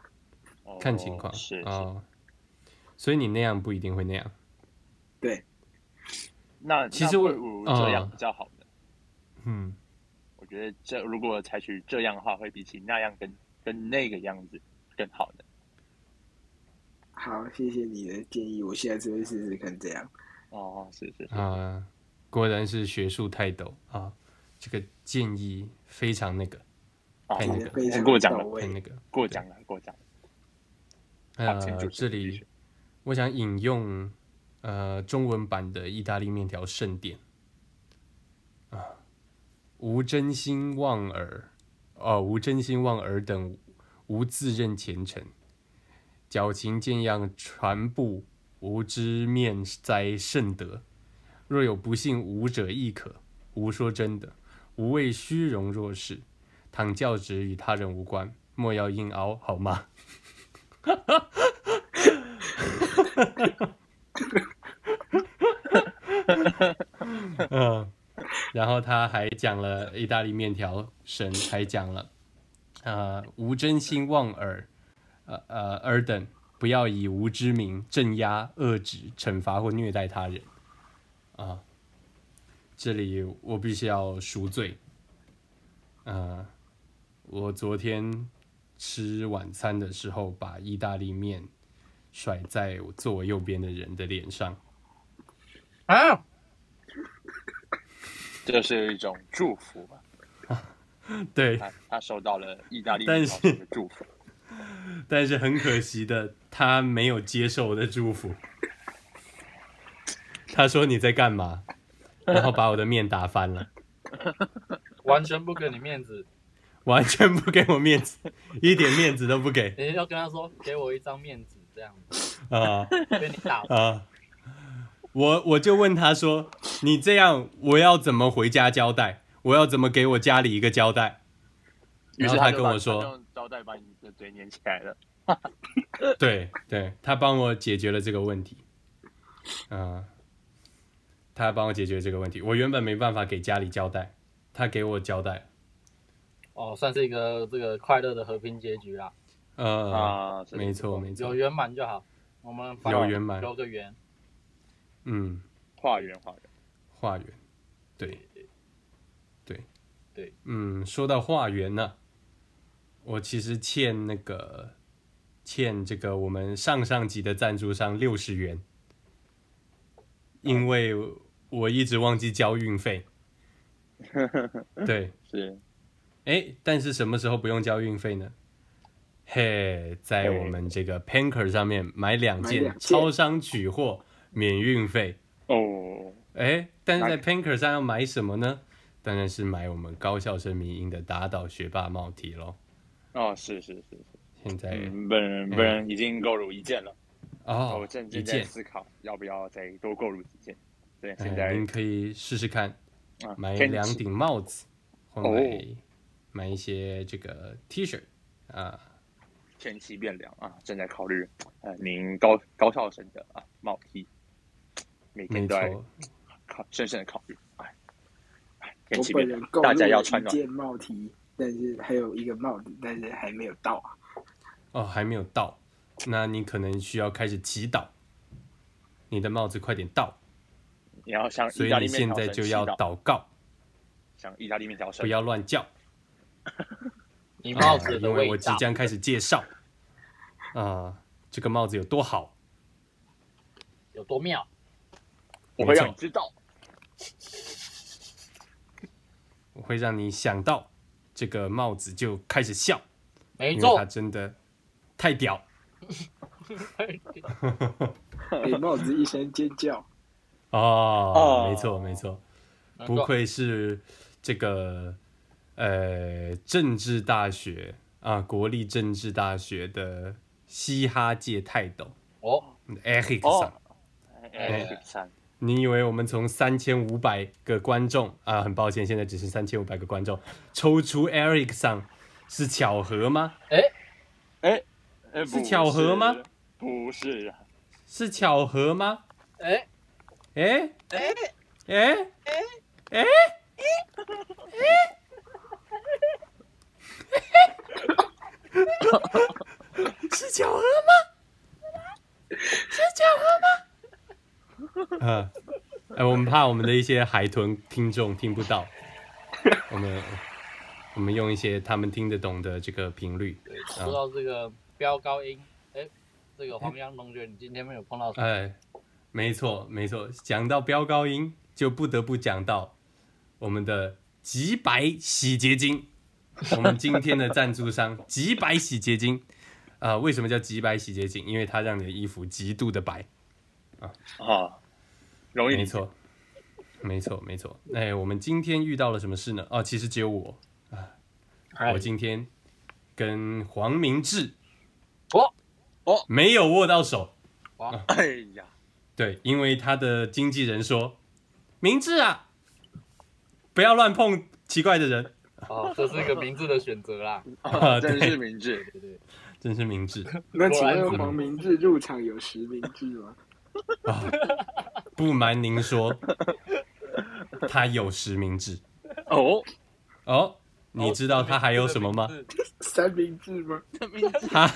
Speaker 8: 哦
Speaker 2: 看情况
Speaker 8: 是是
Speaker 2: 哦。所以你那样不一定会那样。
Speaker 8: 那
Speaker 2: 其实
Speaker 8: 那
Speaker 2: 我
Speaker 8: 不如这样
Speaker 2: 嗯
Speaker 8: 比较好的。
Speaker 2: 嗯，
Speaker 8: 我觉得这如果采取这样的话，会比起那样跟跟那个样子更好的。
Speaker 10: 好，谢谢你的建议，我下次会试试看这样。
Speaker 8: 哦，是是是，
Speaker 2: 啊，果然是学术泰斗啊，这个建议非常那个，
Speaker 8: 哦
Speaker 2: 看
Speaker 10: 你
Speaker 2: 哎那
Speaker 10: 的
Speaker 2: 个
Speaker 10: 非常
Speaker 8: 过奖
Speaker 10: 到
Speaker 8: 了
Speaker 10: 位
Speaker 2: 很那个。
Speaker 8: 过奖了，过奖了。好请
Speaker 2: 呃
Speaker 8: 主，持
Speaker 2: 这
Speaker 8: 继
Speaker 2: 里
Speaker 8: 续
Speaker 2: 我想引用呃中文版的意大利面条盛典啊，无真心望尔，哦，无真心望尔等无自认前程，矫情见样传布无知面哉甚德，若有不幸无者亦可，无说真的，无谓虚荣若是，倘教职与他人无关，莫要硬熬，好吗？嗯，然后他还讲了意大利面条神，还讲了，呃，无真心望尔，呃呃尔等，不要以无知名镇压、遏制、惩罚或虐待他人。啊、这里我必须要赎罪。呃，我昨天吃晚餐的时候，把意大利面甩在我坐我右边的人的脸上。
Speaker 7: 啊，
Speaker 8: 这是一种祝福吧？
Speaker 2: 对，
Speaker 8: 他他收到了意大利
Speaker 2: 但
Speaker 8: 面
Speaker 2: 是
Speaker 8: 条神的祝福，
Speaker 2: 但是很可惜的，他没有接受我的祝福。他说你在干嘛？然后把我的面打翻了，
Speaker 7: 完全不给你面子。
Speaker 2: 完全不给我面子，一点面子都不给
Speaker 7: 你要跟他说，给我一张面子这样子，
Speaker 2: 啊
Speaker 7: 被你打
Speaker 2: 啊、。我我就问他说，你这样我要怎么回家交代？我要怎么给我家里一个交代？
Speaker 8: 于
Speaker 2: 然后
Speaker 8: 是
Speaker 2: 他
Speaker 8: 就
Speaker 2: 跟
Speaker 8: 把
Speaker 2: 我说
Speaker 8: 他就用招待把你的嘴粘起来了。
Speaker 2: 对对，他帮我解决了这个问题。啊、他帮我解决这个问题。我原本没办法给家里交代，他给我交代。
Speaker 7: 哦，算是一个这个快乐的和平结局啦，
Speaker 2: 呃，
Speaker 8: 啊，是
Speaker 2: 没错没
Speaker 7: 有
Speaker 2: 错，
Speaker 7: 圆满就好。我们把
Speaker 2: 有圆满
Speaker 7: 留个圆。
Speaker 2: 嗯，
Speaker 8: 化缘化缘，
Speaker 2: 化缘，对，对，
Speaker 7: 对，
Speaker 2: 嗯，说到化缘呢、我其实欠那个呃欠这个我们上上集的赞助商六十元，因为我一直忘记交运费。对，
Speaker 8: 是
Speaker 2: 哎，但是什么时候不用交运费呢？嘿，在我们这个 Panker 上面买两
Speaker 10: 买
Speaker 2: 件
Speaker 10: 两件
Speaker 2: 超商取货免运费。
Speaker 8: 哦，
Speaker 2: 哎，但是
Speaker 8: 哪
Speaker 2: 在 Panker 上要买什么呢？当然是买我们高校生迷音的打倒学霸帽 T 咯。
Speaker 8: 哦，是是是是，
Speaker 2: 现在、
Speaker 8: 嗯，本人本人已经购入一件了，我
Speaker 2: 哦，
Speaker 8: 正
Speaker 2: 一
Speaker 8: 正在
Speaker 2: 件，
Speaker 8: 思考要不要再多购入几件。对，现
Speaker 2: 哎，
Speaker 8: 在
Speaker 2: 您可以试试看，
Speaker 8: 啊，
Speaker 2: 买
Speaker 8: 天
Speaker 2: 两
Speaker 8: 气
Speaker 2: 顶帽子，或
Speaker 8: 哦
Speaker 2: 买、买一些这个 T 恤啊。
Speaker 8: 天气变凉啊，正在考虑呃您高高校生的啊帽 T，每
Speaker 2: 没
Speaker 8: 天都在
Speaker 2: 错，
Speaker 8: 考深深的考虑，哎，哎天
Speaker 10: 我
Speaker 8: 气
Speaker 10: 本
Speaker 8: 变
Speaker 10: 人
Speaker 8: 凉，
Speaker 10: 购入
Speaker 8: 大家要
Speaker 10: 了
Speaker 8: 穿
Speaker 10: 一
Speaker 8: 暖。
Speaker 10: 件帽 T，但是还有一个帽子，但是还没有到啊。
Speaker 2: 哦，还没有到，那你可能需要开始祈祷，你的帽子快点到，
Speaker 8: 你要像
Speaker 2: 所
Speaker 8: 意
Speaker 2: 以
Speaker 8: 大
Speaker 2: 你
Speaker 8: 利面
Speaker 2: 现
Speaker 8: 条
Speaker 2: 在
Speaker 8: 神
Speaker 2: 就
Speaker 8: 祈
Speaker 2: 要
Speaker 8: 祷，
Speaker 2: 祷告，
Speaker 8: 像意大利面条神
Speaker 2: 不要乱叫，
Speaker 7: 你帽
Speaker 2: 呃
Speaker 7: 子的
Speaker 2: 因为
Speaker 7: 味
Speaker 2: 我即
Speaker 7: 道，
Speaker 2: 将开始介绍，啊、这个帽子有多好，
Speaker 7: 有多妙？
Speaker 8: 我会让
Speaker 2: 没
Speaker 8: 你
Speaker 2: 错
Speaker 8: 知道。
Speaker 2: 我会让你想到这个帽子就开始笑，
Speaker 7: 没
Speaker 2: 因为它
Speaker 7: 错，
Speaker 2: 真的太屌，
Speaker 10: 给帽子一声尖叫，
Speaker 2: 哦，没错没错，
Speaker 7: 没
Speaker 2: 不
Speaker 7: 错
Speaker 2: 愧是这个呃政治大学啊，国立政治大学的嘻哈界泰斗
Speaker 7: 哦，
Speaker 2: Eric
Speaker 8: 哦
Speaker 2: 桑。
Speaker 8: 哎
Speaker 2: 哎，
Speaker 8: 三
Speaker 2: 你以为我们从三千五百个观众啊，很抱歉，现在只剩三千五百个观众，抽出 Eric 桑是巧合吗？
Speaker 8: 哎，
Speaker 2: 是
Speaker 8: 不
Speaker 2: 巧合吗
Speaker 8: 是？不是啊，
Speaker 2: 是巧合吗？
Speaker 7: 哎，
Speaker 2: 哎哎哎哎哎，是巧合吗？是巧合吗？啊，哎，我们怕我们的一些海豚听众听不到，我们我们用一些他们听得懂的这个频率，
Speaker 7: 说
Speaker 2: 啊
Speaker 7: 到这个飙高音，哎，这个黄洋同学，你今天没有碰到什么？
Speaker 2: 哎，没错没错，讲到飙高音，就不得不讲到我们的极白洗洁精，我们今天的赞助商极白洗洁精。啊、为什么叫极白洗洁精？因为它让你的衣服极度的白。啊。
Speaker 8: 啊，容易
Speaker 2: 没
Speaker 8: 理解
Speaker 2: 错，没错，没错。哎，我们今天遇到了什么事呢？哦，其实只有我
Speaker 8: 哎
Speaker 2: 啊，我今天跟黄明志，
Speaker 7: 哦
Speaker 8: 哦，
Speaker 2: 没有握到手。
Speaker 8: 哎呀，
Speaker 2: 对，因为他的经纪人说，明志啊，不要乱碰奇怪的人，
Speaker 7: 哦，这是一个明智的选择啦。
Speaker 2: 啊
Speaker 8: 真
Speaker 2: 对
Speaker 8: 是明智，
Speaker 2: 真是明智
Speaker 10: 那请
Speaker 7: 果
Speaker 10: 问黄明志入场有实名制吗？
Speaker 2: 啊！不瞒您说，他有实名制
Speaker 8: 哦，
Speaker 2: 哦。 你知道他还有什么吗？
Speaker 10: 三明治吗？
Speaker 2: 他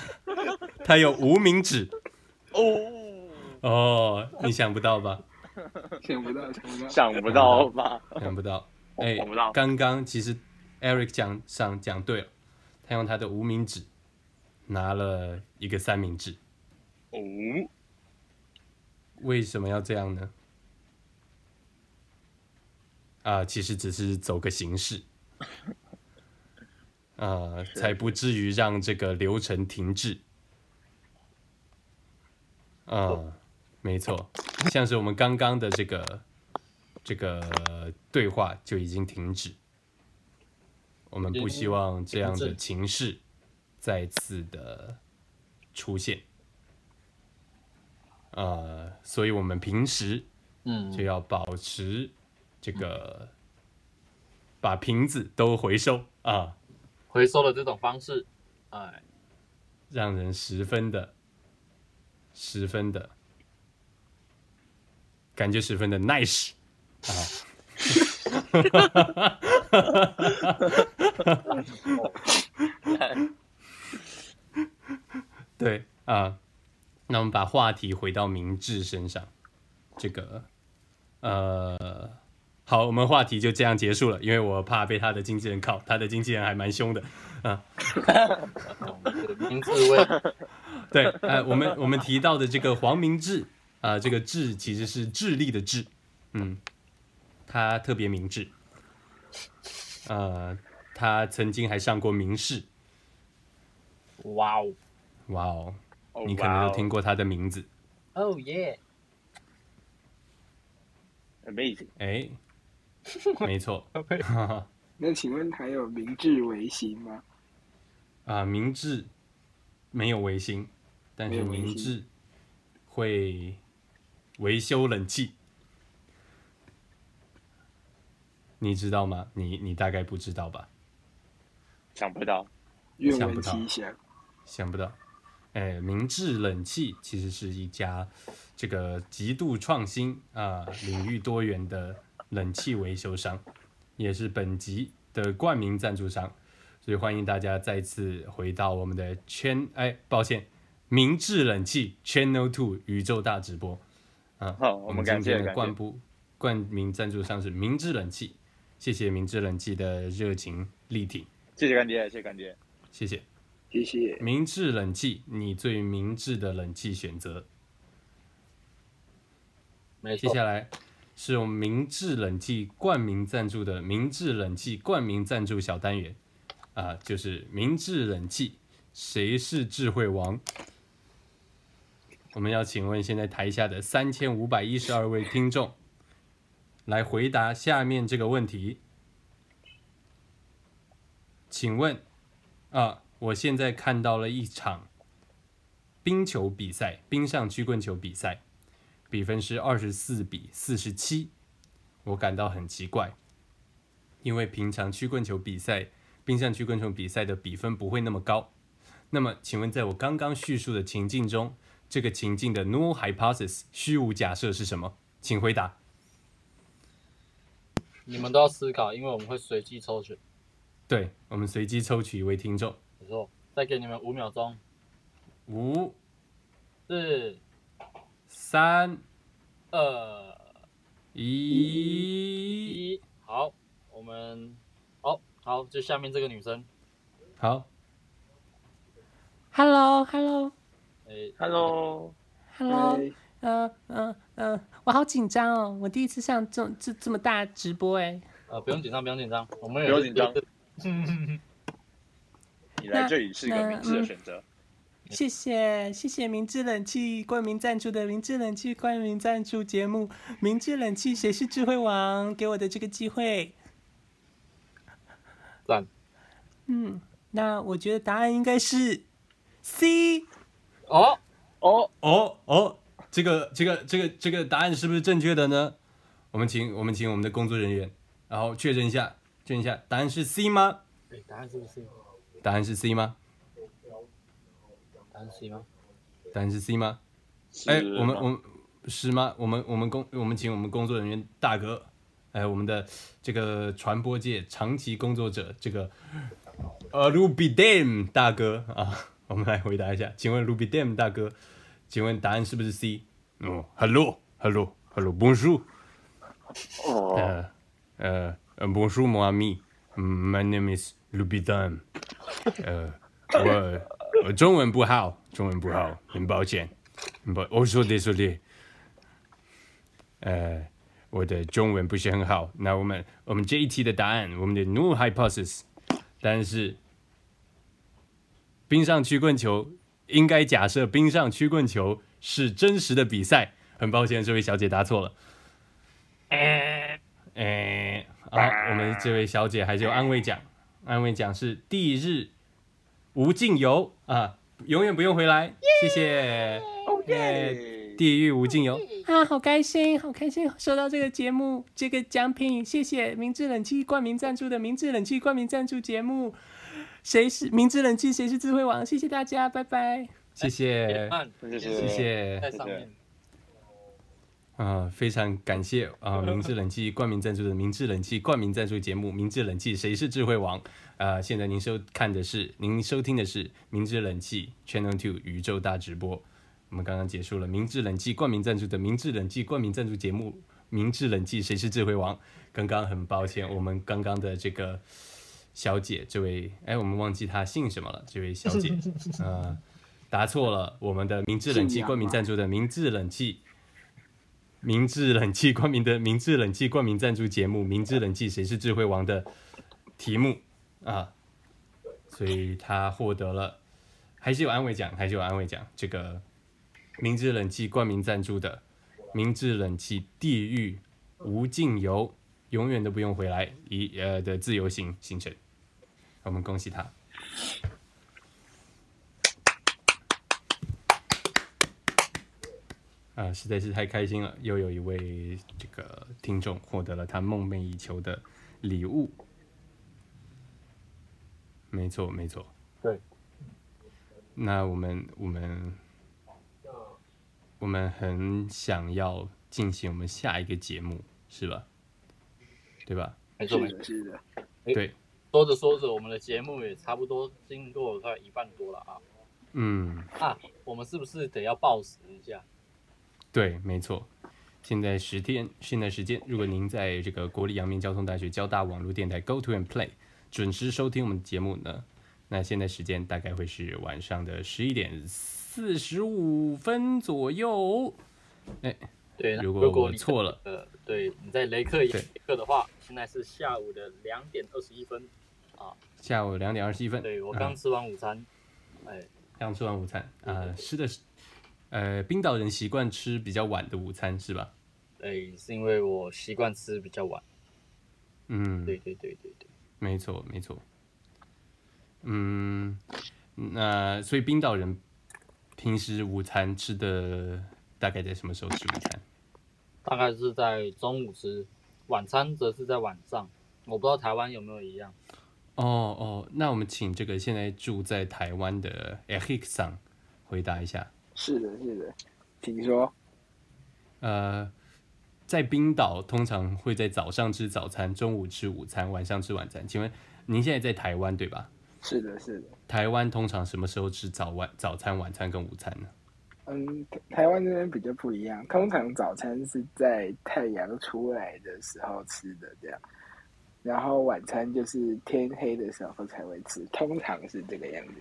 Speaker 2: 他有无名指
Speaker 8: 哦，
Speaker 2: 哦，你想不到吧？
Speaker 10: 想不到，想不 到。
Speaker 8: 想不到吧？
Speaker 2: 想不到，哎、
Speaker 8: 想不到
Speaker 2: 刚刚其实 Eric 讲上讲对了，他用他的无名指拿了一个三明治，
Speaker 8: 哦，
Speaker 2: 为什么要这样呢？啊，其实只是走个形式，啊，才不至于让这个流程停滞。啊，没错，像是我们刚刚的这个这个对话就已经停止，我们不希望这样的情势再次的出现。呃，所以我们平时
Speaker 7: 嗯
Speaker 2: 就要保持这个，把瓶子都回收啊，
Speaker 7: 回收的这种方式，哎，
Speaker 2: 让人十分的、十分的感觉十分的 nice 啊。对啊，那我们把话题回到明智身上，这个呃，好，我们话题就这样结束了，因为我怕被他的经纪人靠，他的经纪人还蛮凶的。
Speaker 7: 哦我们的明智为
Speaker 2: 对，呃，我们我们提到的这个黄明志啊、这个志其实是智力的智，嗯，他特别明智，呃，他曾经还上过明视，
Speaker 7: 哇哦，
Speaker 2: 哇哦，
Speaker 8: 哦
Speaker 2: 你可能都听
Speaker 8: 过
Speaker 2: 过他的名字，Oh
Speaker 7: 哦耶，
Speaker 8: ，amazing，
Speaker 2: 哎，没错，啊、
Speaker 10: 那请问还有明治维新吗？
Speaker 2: 啊明智没有维新，但是
Speaker 10: 没有维
Speaker 2: 明
Speaker 10: 新
Speaker 2: 智会维修冷气。你知道吗？你你大概不知道吧？
Speaker 8: 想不到，
Speaker 10: 愿
Speaker 2: 想不
Speaker 10: 闻
Speaker 2: 到
Speaker 10: 其详。
Speaker 2: 想不到，哎，明治冷气其实是一家这个极度创新啊、领域多元的冷气维修商，也是本集的冠名赞助商，所以欢迎大家再次回到我们的圈，哎，抱歉，明治冷气 Channel Two 宇宙大直播，啊，
Speaker 8: 好我们感
Speaker 2: 今
Speaker 8: 谢
Speaker 2: 天的
Speaker 8: 感谢
Speaker 2: 冠部冠名赞助商是明治冷气，谢谢明治冷气的热情力挺，
Speaker 8: 谢谢干爹，谢谢干爹，
Speaker 2: 谢谢。
Speaker 10: 谢谢。
Speaker 2: 明智冷气，你最明智的冷气选择。
Speaker 7: 没
Speaker 2: 接
Speaker 7: 错，
Speaker 2: 下来是由明智冷气冠名赞助的明智冷气冠名赞助小单元，啊、就是明智冷气，谁是智慧王？我们要请问现在台下的三千五百一十二位听众，来回答下面这个问题。请问，啊，我现在看到了一场冰球比赛，冰上曲棍球比赛，比分是二十四比四十七，我感到很奇怪，因为平常曲棍球比赛、冰上曲棍球比赛的比分不会那么高。那么，请问在我刚刚叙述的情境中，这个情境的 null hypothesis 虚无假设是什么？请回答。
Speaker 7: 你们都要思考，因为我们会随机抽选，
Speaker 2: 对，我们随机抽取一位听众，
Speaker 7: 没错，再给你们五秒钟，
Speaker 2: 五、
Speaker 7: 四、
Speaker 2: 三、
Speaker 7: 二、
Speaker 2: 一。
Speaker 7: 一，好，我们，好好，就下面这个女生，
Speaker 2: 好，
Speaker 1: Hello，Hello，Hello，
Speaker 7: 哎，
Speaker 8: ，Hello，
Speaker 10: 嗨，
Speaker 1: 呃呃呃，我好紧张哦，我第一次上这这这么大直播哎。
Speaker 7: 呃，不用紧张，不用紧张，我们也
Speaker 8: 不用紧张
Speaker 7: 就是
Speaker 8: 你来这里是一个明智的选择，
Speaker 2: 谢谢谢谢明治冷气冠名赞助的明治冷气冠名赞助节目《明治冷气谁是智慧王》给我的这个机会。
Speaker 4: 赞。
Speaker 2: 嗯，那我觉得答案应该是 C。
Speaker 7: 哦哦
Speaker 2: 哦哦，这个这个这个这个答案是不是正确的呢？我们请我们请我们的工作人员，然后确认一下，确认一下，答案是 C 吗？
Speaker 7: 对，答案是不是？
Speaker 2: 答案是 C 吗？
Speaker 7: 答案是 C 吗？
Speaker 2: 答案是 C 吗？
Speaker 8: 是
Speaker 2: 哎，我们
Speaker 8: 吗
Speaker 2: 我们是吗？我们我们工我们请我们工作人员大哥，哎，我们的这个传播界长期工作者，这个呃 Ruby Dam 大哥啊，我们来回答一下，请问 Ruby Dam 大哥，请问答案是不是 C？哦，Hello Hello Hello Bonjour，
Speaker 8: 哦，
Speaker 2: 呃呃呃 Bonjour mon ami，嗯，My name is Ruby Dam，呃，我我中文不好，中文不好，很抱歉，很抱，我说的说的，呃，我的中文不是很好。那我们我们这一题的答案，我们的 new hypothesis，但是冰上曲棍球应该假设冰上曲棍球是真实的比赛。很抱歉，这位小姐答错了。
Speaker 7: 呃
Speaker 2: 哎、啊，我们这位小姐还是有安慰奖，安慰奖是地日无尽游啊，永远不用回来，谢谢。耶地狱无尽游啊，好开心，好开心收到这个节目这个奖品，谢谢明治冷气冠名赞助的明治冷气冠名赞助节目，谁是明治冷气，谁是智慧王，谢谢大家，拜拜，谢谢，
Speaker 7: 按
Speaker 8: 谢
Speaker 2: 谢
Speaker 8: 谢
Speaker 2: 谢。
Speaker 7: 在上面。
Speaker 2: 啊、非常感谢啊、明治冷气冠名赞助的明治冷气冠名赞助节目《明治冷气谁是智慧王》啊、现在您收看的是，您收听的是明治冷气 Channel Two 宇宙大直播。我们刚刚结束了明治冷气冠名赞助的明治冷气冠名赞助节目《明治冷气谁是智慧王》。刚刚很抱歉，我们刚刚的这个小姐，这位哎，我们忘记她姓什么了，这位小姐，呃，答错了我们的明治冷气冠名赞助的明治冷气。明治冷气冠名的明治冷气冠名赞助节目《明治冷气谁是智慧王》的题目啊，所以他获得了，还是有安慰奖，还是有安慰奖。这个明治冷气冠名赞助的明治冷气地狱无尽游，永远都不用回来一呃的自由行行程，我们恭喜他。啊，实在是太开心了！又有一位这个听众获得了他梦寐以求的礼物。没错，没错。
Speaker 7: 对。
Speaker 2: 那我们我们我们很想要进行我们下一个节目，是吧？对吧？
Speaker 7: 没错没
Speaker 10: 是
Speaker 7: 错。
Speaker 10: 的，是的，
Speaker 2: 对，
Speaker 7: 说着说着，我们的节目也差不多经过快一半多了啊
Speaker 2: 嗯。
Speaker 7: 啊！我们是不是得要报时一下？
Speaker 2: 对，没错。现在十天，现在时间，如果您在这个国立阳明交通大学交大网络电台 Go to and Play 准时收听我们的节目呢，那现在时间大概会是晚上的十一点四十五分左右。
Speaker 7: 对，那
Speaker 2: 如
Speaker 7: 如
Speaker 2: 果我
Speaker 7: 你
Speaker 2: 错了，
Speaker 7: 呃，对，你在雷克雅
Speaker 2: 对
Speaker 7: 雷克的话，现在是下午的两点二十一分。
Speaker 2: 下午两点二十一分。
Speaker 7: 对我
Speaker 2: 嗯
Speaker 7: 刚吃完午餐，哎，
Speaker 2: 刚吃完午餐啊、吃的是呃，冰岛人习惯吃比较晚的午餐是吧？
Speaker 7: 哎，是因为我习惯吃比较晚。
Speaker 2: 嗯，
Speaker 7: 对对对对对，
Speaker 2: 没错，没错。嗯，那所以冰岛人平时午餐吃的大概在什么时候吃午餐？
Speaker 7: 大概是在中午吃，晚餐则是在晚上。我不知道台湾有没有一样。
Speaker 2: 哦哦，那我们请这个现在住在台湾的 Eric 桑回答一下。
Speaker 10: 是的，是的，请说。
Speaker 2: 呃，在冰岛通常会在早上吃早餐，中午吃午餐，晚上吃晚餐。请问您现在在台湾对吧？
Speaker 10: 是的，是的，
Speaker 2: 台湾通常什么时候吃早晚早餐、晚餐跟午餐呢？
Speaker 10: 嗯，台台湾这边比较不一样，通常早餐是在太阳出来的时候吃的，这样，然后晚餐就是天黑的时候才会吃，通常是这个样子。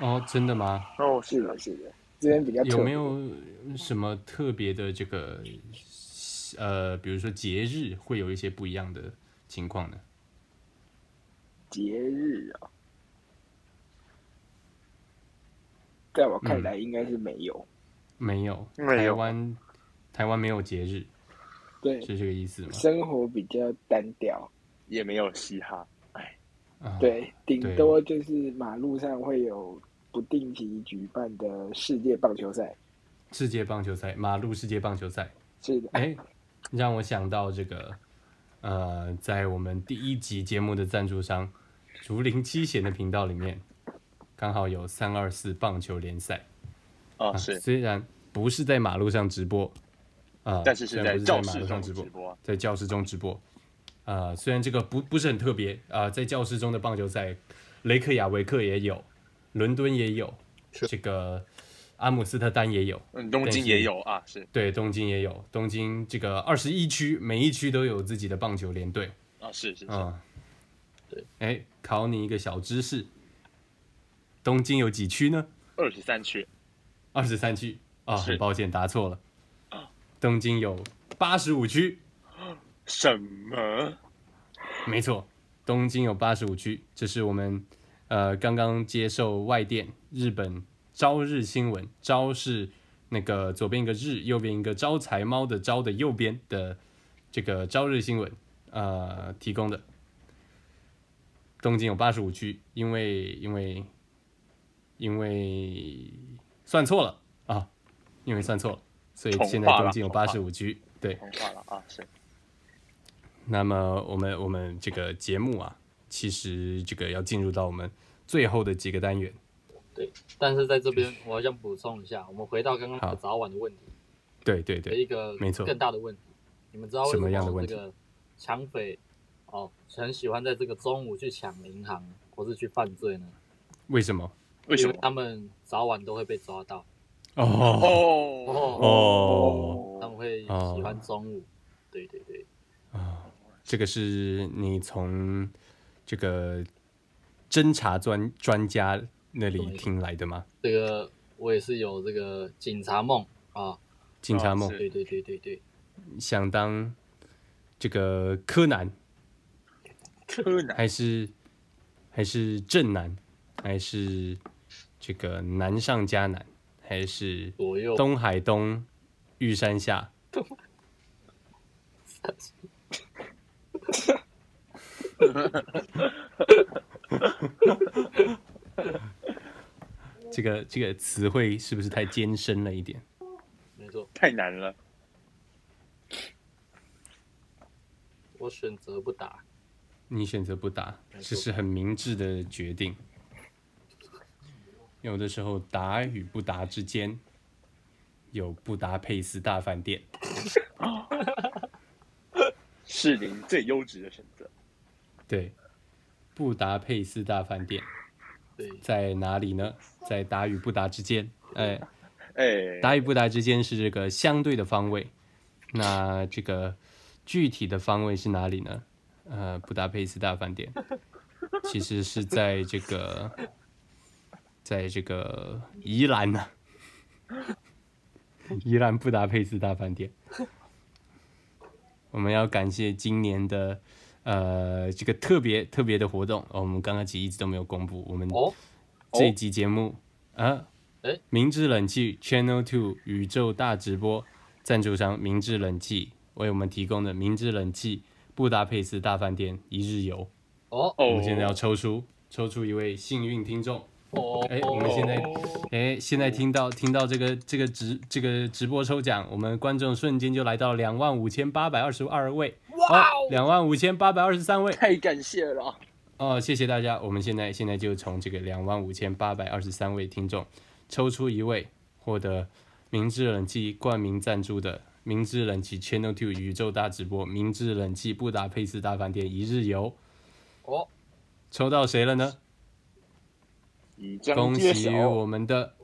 Speaker 2: 哦，真的吗？
Speaker 8: 哦
Speaker 10: 是的，是的，这边比较特
Speaker 2: 有
Speaker 10: 别
Speaker 2: 没有什么特别的这个呃，比如说节日会有一些不一样的情况呢？
Speaker 10: 节日哦？在我看
Speaker 2: 嗯
Speaker 10: 来应该是没有。
Speaker 5: 没有，
Speaker 8: 没
Speaker 5: 台
Speaker 8: 有
Speaker 5: 湾台湾没有节日，
Speaker 10: 对，
Speaker 5: 是这个意思吗？
Speaker 10: 生活比较单调，
Speaker 8: 也没有嘻哈，哎，
Speaker 5: 啊，
Speaker 10: 对，顶
Speaker 5: 对
Speaker 10: 多就是马路上会有不定期举办的世界棒球赛。
Speaker 5: 世界棒球赛，马路世界棒球赛，
Speaker 10: 是的，
Speaker 5: 哎，让我想到这个，呃，在我们第一集节目的赞助商竹林七贤的频道里面，刚好有三二四棒球联赛
Speaker 8: 哦
Speaker 5: 啊，
Speaker 8: 是，
Speaker 5: 虽然不是在马路上直播啊，
Speaker 8: 但是是
Speaker 5: 虽然
Speaker 8: 在
Speaker 5: 不是
Speaker 8: 教
Speaker 5: 马
Speaker 8: 室
Speaker 5: 路
Speaker 8: 中
Speaker 5: 上直播，
Speaker 8: 播啊，
Speaker 5: 在教室中直播。啊，虽然这个不不是很特别啊、在教室中的棒球赛，雷克雅维克也有，伦敦也有，
Speaker 11: 是
Speaker 5: 这个阿姆斯特丹也有，
Speaker 8: 嗯，东京也有啊，是
Speaker 5: 对，东京也有，东京这个二十一区，每一区都有自己的棒球联队。
Speaker 8: 啊，是是是，
Speaker 5: 嗯，
Speaker 8: 对，
Speaker 5: 哎，考你一个小知识，东京有几区呢？
Speaker 8: 二十三区
Speaker 5: 二十三区啊，
Speaker 8: 是啊
Speaker 5: 很抱歉答错了，东京有八十五区，
Speaker 8: 什么？
Speaker 5: 没错，东京有八十五区，这是我们呃刚刚接受外电日本朝日新闻，朝是那个左边一个日，右边一个招财猫的招的右边的这个朝日新闻呃提供的。东京有八十五区，因为因为因为算错了啊，因为算错了，所以
Speaker 8: 重
Speaker 5: 现在
Speaker 8: 画
Speaker 5: 东
Speaker 8: 了
Speaker 5: 京有
Speaker 8: 重画
Speaker 5: 八十五区，对。
Speaker 8: 童话了啊，是
Speaker 5: 那么我们我们这个节目啊，其实这个要进入到我们最后的几个单元。
Speaker 7: 但是在这边，我好想补充一下，我们回到刚刚那
Speaker 5: 好
Speaker 7: 个早晚的问题，
Speaker 5: 对对
Speaker 7: 有
Speaker 5: 对，
Speaker 7: 一个
Speaker 5: 没错
Speaker 7: 更大的问题。你们知道为
Speaker 5: 什么样的
Speaker 7: 么
Speaker 5: 问题
Speaker 7: 这个抢匪哦很喜欢在这个中午去抢银行或是去犯罪呢？
Speaker 5: 为什么？
Speaker 8: 为什
Speaker 7: 因
Speaker 8: 么
Speaker 7: 为？他们早晚都会被抓到，
Speaker 5: 哦
Speaker 8: 哦，
Speaker 5: 哦
Speaker 7: 他们会
Speaker 5: 哦
Speaker 7: 喜欢中午。对对对，
Speaker 5: 这个是你从这个侦查专专家那里
Speaker 7: 对
Speaker 5: 听来的吗？
Speaker 7: 这个我也是有这个警察梦啊。
Speaker 5: 警察梦
Speaker 8: 哦是
Speaker 7: 对对对对对，
Speaker 5: 想当这个柯南，
Speaker 8: 柯南
Speaker 5: 还是还是正南，还是这个南上加南，还是
Speaker 7: 左右
Speaker 5: 东海东玉山下？ 这个这个词汇是不是太艰深了一点？
Speaker 7: 没错，
Speaker 8: 太难了，
Speaker 7: 我选择不打。
Speaker 5: 你选择不打，
Speaker 7: 没错
Speaker 5: 这是很明智的决定。有的时候打与不打之间，有布达佩斯大饭店。
Speaker 8: 是您最优质的选择。
Speaker 5: 对，布达佩斯大饭店
Speaker 7: 对，
Speaker 5: 在哪里呢？在打与不打之间。哎，
Speaker 8: 哎，
Speaker 5: 打与不打之间是这个相对的方位。那这个具体的方位是哪里呢？呃，布达佩斯大饭店其实是在这个，在这个宜兰呢、宜兰布达佩斯大饭店。我们要感谢今年的呃这个特别特别的活动、哦，我们刚刚其实一直都没有公布，我们
Speaker 7: 哦，
Speaker 5: 这一集节目啊，
Speaker 7: 诶
Speaker 5: 明治冷气 Channel Two 宇宙大直播赞助商明治冷气为我们提供的明治冷气布达佩斯大饭店一日游，
Speaker 7: 哦
Speaker 8: 哦，
Speaker 5: 我们现在要抽出抽出一位幸运听众。
Speaker 7: 哦，
Speaker 5: 哎我们现在哎，现在听到听到这个这个直这个直播抽奖，我们观众瞬间就来到两万五千八百二十二位，
Speaker 7: 哦
Speaker 5: 哇，两万五千八百二十三位，
Speaker 8: 太感谢了啊，
Speaker 5: 哦，谢谢大家。我们现在现在就从这个两万五千八百二十三位听众抽出一位，获得明治冷气冠名赞助的明治冷气 Channel Two 宇宙大直播明治冷气布达佩斯大饭店一日游。
Speaker 7: 哦，
Speaker 5: 抽到谁了呢？
Speaker 8: 即将
Speaker 5: 恭
Speaker 8: 揭晓
Speaker 5: 喜我们的，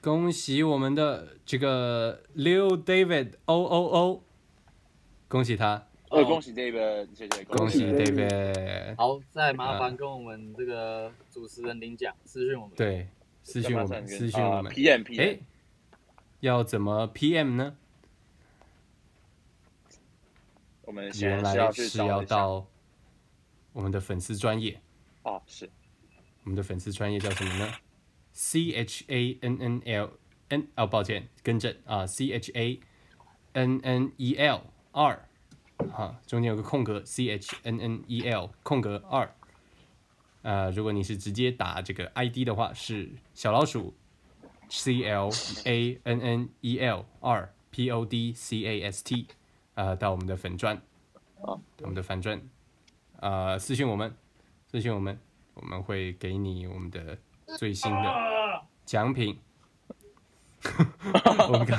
Speaker 5: 恭喜我们的这个 Leo David O O O，恭喜他，
Speaker 8: 呃，恭喜这个，谢谢，
Speaker 5: 恭喜
Speaker 10: 喜 David
Speaker 5: David。
Speaker 7: 好，再麻
Speaker 5: 啊
Speaker 7: 烦跟我们这个主持人领奖，私讯我们。
Speaker 5: 对，私
Speaker 8: 私
Speaker 5: 信我们，私信我们。
Speaker 8: 啊 p m
Speaker 5: 哎
Speaker 8: p，
Speaker 5: 要怎么 PM 呢？
Speaker 8: 我们现
Speaker 5: 原
Speaker 8: 在是
Speaker 5: 来
Speaker 8: 要去
Speaker 5: 是
Speaker 8: 找
Speaker 5: 要
Speaker 8: 一下
Speaker 5: 到我们的粉丝专业，
Speaker 8: 哦，是
Speaker 5: 我们的粉丝专业叫什么呢？ C H A N N L N 哦，抱歉，更正啊，C H A N N E L 二啊，中间有个空格 C H N N E L 空格二。呃，如果你是直接打这个 ID 的话，是小老鼠 C L A N N E L 二 P O D C A S T，呃，到我们的粉砖，
Speaker 8: 好
Speaker 5: 到我们的粉砖，呃，私信我们，私信我们，我们会给你我们的最新的奖品。我们刚，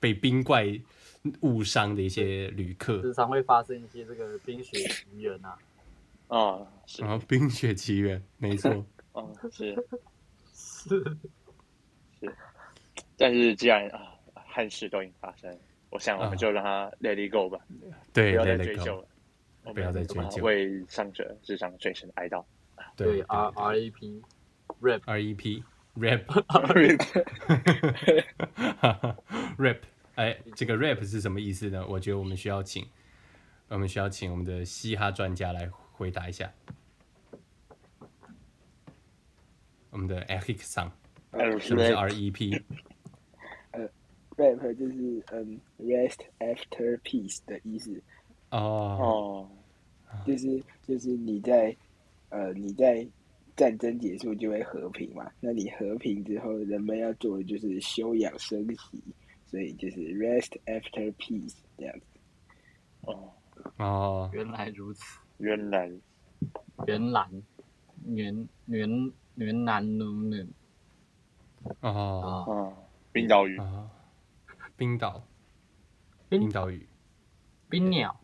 Speaker 5: 被冰怪误伤的一些旅客。
Speaker 7: 时常会发生一些这个冰雪奇缘啊。
Speaker 8: 哦，是
Speaker 5: 然后《冰雪奇缘》，没错，
Speaker 8: 哦，是是，但是既然啊，憾事都已经发生，我想我
Speaker 5: 啊
Speaker 8: 们就让它 let it go 吧，不
Speaker 5: 对，
Speaker 8: 要再
Speaker 5: Let It
Speaker 8: 追
Speaker 5: Go
Speaker 8: 究了。我们
Speaker 5: 不要再追
Speaker 8: 我们
Speaker 5: 究
Speaker 8: 为伤者致上最深的哀悼。
Speaker 5: 对
Speaker 7: ，R R A P rap
Speaker 5: R E P rap rap，哎，这个 rap 是什么意思呢？我觉得我们需要请，我们需要请我们的嘻哈专家来回答一下。我们的 Eric 桑
Speaker 2: 呃
Speaker 5: 是不是 R E P？
Speaker 10: rap 就是嗯，rest after peace 的意思，
Speaker 5: 哦，
Speaker 8: 哦，
Speaker 10: 就是就是你在呃你在战争结束就会和平嘛，那你和平之后，人们要做的就是休养生息，所以就是 rest after peace 这样子。
Speaker 8: 哦，
Speaker 5: 哦，
Speaker 7: 原来如此，
Speaker 8: 原来
Speaker 7: 原来原原原来如此
Speaker 5: 哦，
Speaker 7: 啊，
Speaker 8: 哦，冰岛语
Speaker 5: 哦，冰岛，
Speaker 7: 冰
Speaker 5: 冰岛语，
Speaker 7: 冰鸟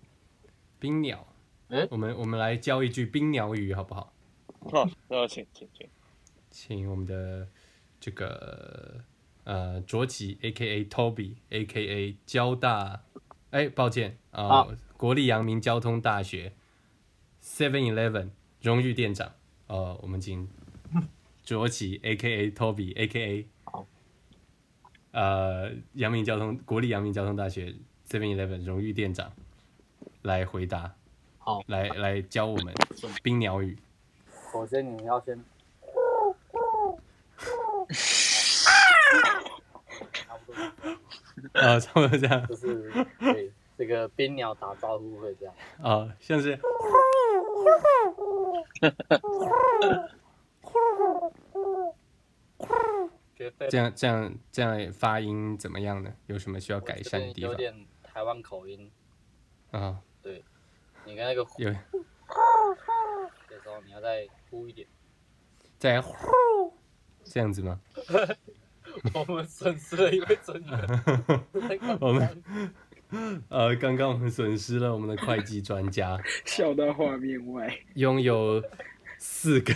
Speaker 5: 冰鸟
Speaker 7: 哎。
Speaker 5: 我们我们来教一句冰鸟语好不好？
Speaker 8: 哦，那请请请，
Speaker 5: 请我们的这个呃卓奇 A K A Toby A K A 交大，哎，抱歉啊、
Speaker 7: 啊
Speaker 5: 国立阳明交通大学 Seven Eleven 荣誉店长，呃，我们请卓奇 A K A Toby A K A
Speaker 7: 好，
Speaker 5: 呃，阳明交通国立阳明交通大学 Seven Eleven 荣誉店长来回答，
Speaker 7: 好，
Speaker 5: 来来教我 们冰鸟语。
Speaker 7: 首先你要先，差不多
Speaker 5: 呃，差不多这样啊
Speaker 7: 就是对这个冰鸟打招呼会这样，、
Speaker 5: 呃像是
Speaker 7: 绝对
Speaker 5: 这样这样这样发音怎么样呢？有什么需要改善的地
Speaker 7: 有
Speaker 5: 方
Speaker 7: 点台湾口音。
Speaker 5: 啊？
Speaker 7: 你跟那个呼
Speaker 5: 有
Speaker 7: 的时候，你要再呼 一点。
Speaker 5: 在这样子吗？
Speaker 7: 我们损失了一位真人，
Speaker 5: 我们 呃，刚刚我们损失了我们的会计专家，
Speaker 10: 笑到画面外，
Speaker 5: 拥有四个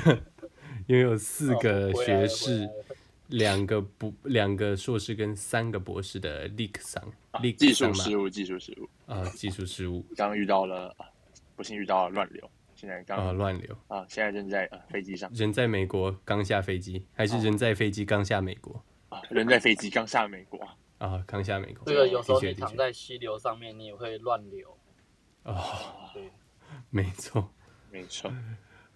Speaker 5: 拥有
Speaker 7: 哦
Speaker 5: 四个学士，两个不两个硕士跟三个博士的 Lick 桑，Lick
Speaker 8: 技术
Speaker 5: 桑
Speaker 8: 失
Speaker 5: 嘛
Speaker 8: 误，技术失误，
Speaker 5: 啊，技术失误
Speaker 8: 刚刚遇到了，啊不幸遇到了乱流，现在刚
Speaker 5: 啊，乱流。
Speaker 8: 啊，现在正在呃飞机上
Speaker 5: 人在美国刚下飞机，还
Speaker 7: 啊
Speaker 5: 是人在飞机刚下美国
Speaker 8: 啊，人在飞机刚下美国啊，
Speaker 5: 啊？刚下美国，
Speaker 7: 这个有时候
Speaker 5: 的
Speaker 7: 你
Speaker 5: 确的
Speaker 7: 躺
Speaker 5: 确
Speaker 7: 在溪流上面，你也会乱流。
Speaker 5: 哦，
Speaker 7: 对
Speaker 5: 没错，
Speaker 8: 没错，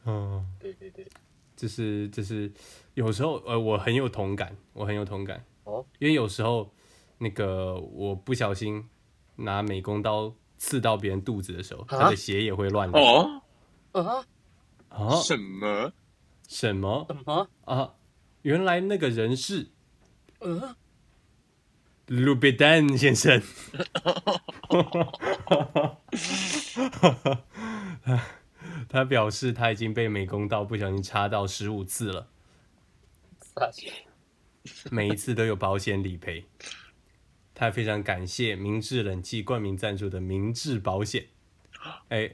Speaker 5: 嗯，
Speaker 7: 对对对，
Speaker 5: 就是就是，有时候呃，我很有同感，我很有同感
Speaker 7: 哦，
Speaker 5: 因为有时候那个我不小心拿美工刀刺到别人肚子的时候，他的血也会乱流。
Speaker 8: 哦，
Speaker 7: 啊？
Speaker 5: 啊，
Speaker 8: 什么？
Speaker 5: 什么
Speaker 7: 什么？
Speaker 5: 啊？原来那个人是
Speaker 7: 嗯，
Speaker 5: 路贝丹先生。 他表示他已经被美工刀不小心插到十五次了，
Speaker 7: 傻笑
Speaker 5: 每一次都有保险理赔。他非常感谢明治冷气冠名赞助的明治保险。哎，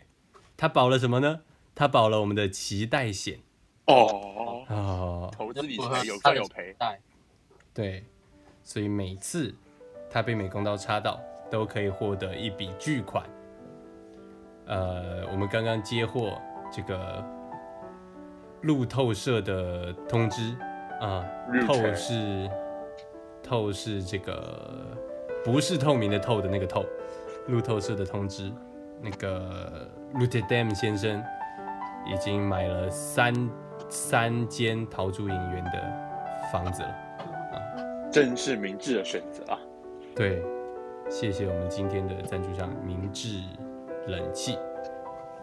Speaker 5: 他保了什么呢？他保了我们的脐带险
Speaker 8: 哦，
Speaker 5: 哦，
Speaker 8: 投资理财有赚有赔。
Speaker 5: 对，所以每次他被美工刀插到，都可以获得一笔巨款。呃，我们刚刚接获这个路透社的通知啊、
Speaker 8: 日
Speaker 5: 透
Speaker 8: 程
Speaker 5: 是透是这个不是透明的透的那个透，路透社的通知，那个 l u t e d a m 先生已经买了三三间桃竹影园的房子了。
Speaker 8: 真是明智的选择啊！
Speaker 5: 对，谢谢我们今天的赞助商明治冷气。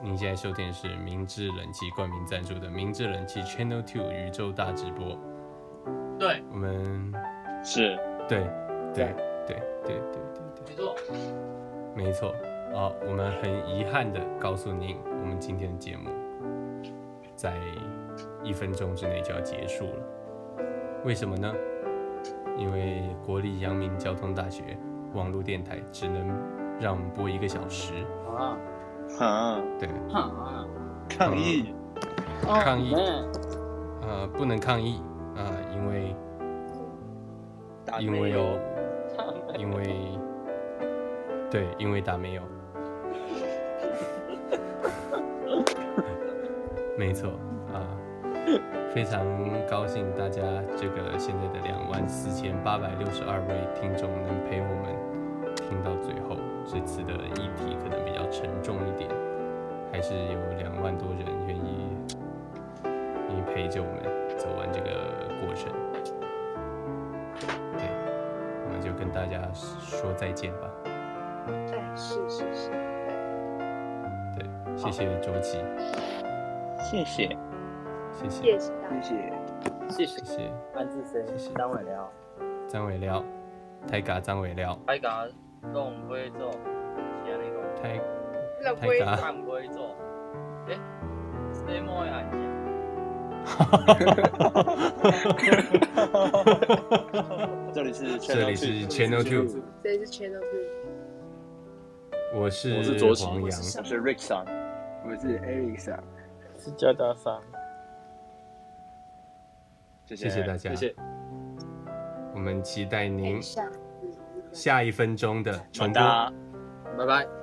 Speaker 5: 您现在收听的是明治冷气冠名赞助的明治冷气 Channel Two 宇宙大直播。
Speaker 12: 对，
Speaker 5: 我们
Speaker 8: 是
Speaker 5: 对对对对对
Speaker 12: 没
Speaker 5: 对
Speaker 12: 错，
Speaker 5: 对，没错。啊，我们很遗憾的告诉您，我们今天的节目在一分钟之内就要结束了。为什么呢？因为国立阳明交通大学网络电台只能让我们播一个小时。
Speaker 13: 啊
Speaker 8: 啊，
Speaker 5: 对，
Speaker 13: 啊！
Speaker 8: 抗议
Speaker 7: 哦
Speaker 5: 抗议，
Speaker 13: 嗯
Speaker 5: 呃，不能抗议啊、呃因为
Speaker 8: 打
Speaker 5: 因
Speaker 8: 没
Speaker 5: 为
Speaker 8: 有
Speaker 5: 因为对，因为打没有， 没错啊、非常高兴大家这个现在的两万四千八百六十二位听众能陪我们听到最后，这次的议题可能比较沉重一点，还是有两万多人愿意愿意陪着我们走完这个过程。对，我们就跟大家说再见吧。
Speaker 1: 哎，是是是，
Speaker 5: 谢谢周琦，
Speaker 8: 谢谢，
Speaker 5: 谢
Speaker 1: 谢
Speaker 5: 谢
Speaker 1: 谢大
Speaker 13: 谢
Speaker 1: 家，
Speaker 13: 谢
Speaker 7: 谢谢
Speaker 5: 谢谢
Speaker 7: 安志生、张伟良、
Speaker 5: 张伟辽，泰嘎张伟辽，
Speaker 7: 海嘎弄不会做，其他那个
Speaker 5: 泰
Speaker 1: 那
Speaker 5: 泰
Speaker 1: 龟
Speaker 5: 嘎，
Speaker 7: 看不会做，哎、是内幕的案件。
Speaker 8: 这里是
Speaker 5: 这里是 Channel Two，
Speaker 1: 谁是 Channel Two？
Speaker 5: 我是
Speaker 8: 我是卓奇
Speaker 5: 黄洋，
Speaker 8: 我是 Rick Sun，
Speaker 10: 我是 Eric 啊，
Speaker 13: 是加达桑。
Speaker 8: 谢
Speaker 5: 谢谢大家，
Speaker 14: 谢谢，
Speaker 5: 我们期待您
Speaker 1: 下次
Speaker 5: 下一分钟的重
Speaker 8: 么
Speaker 5: 播。
Speaker 8: 哒。
Speaker 14: 拜拜。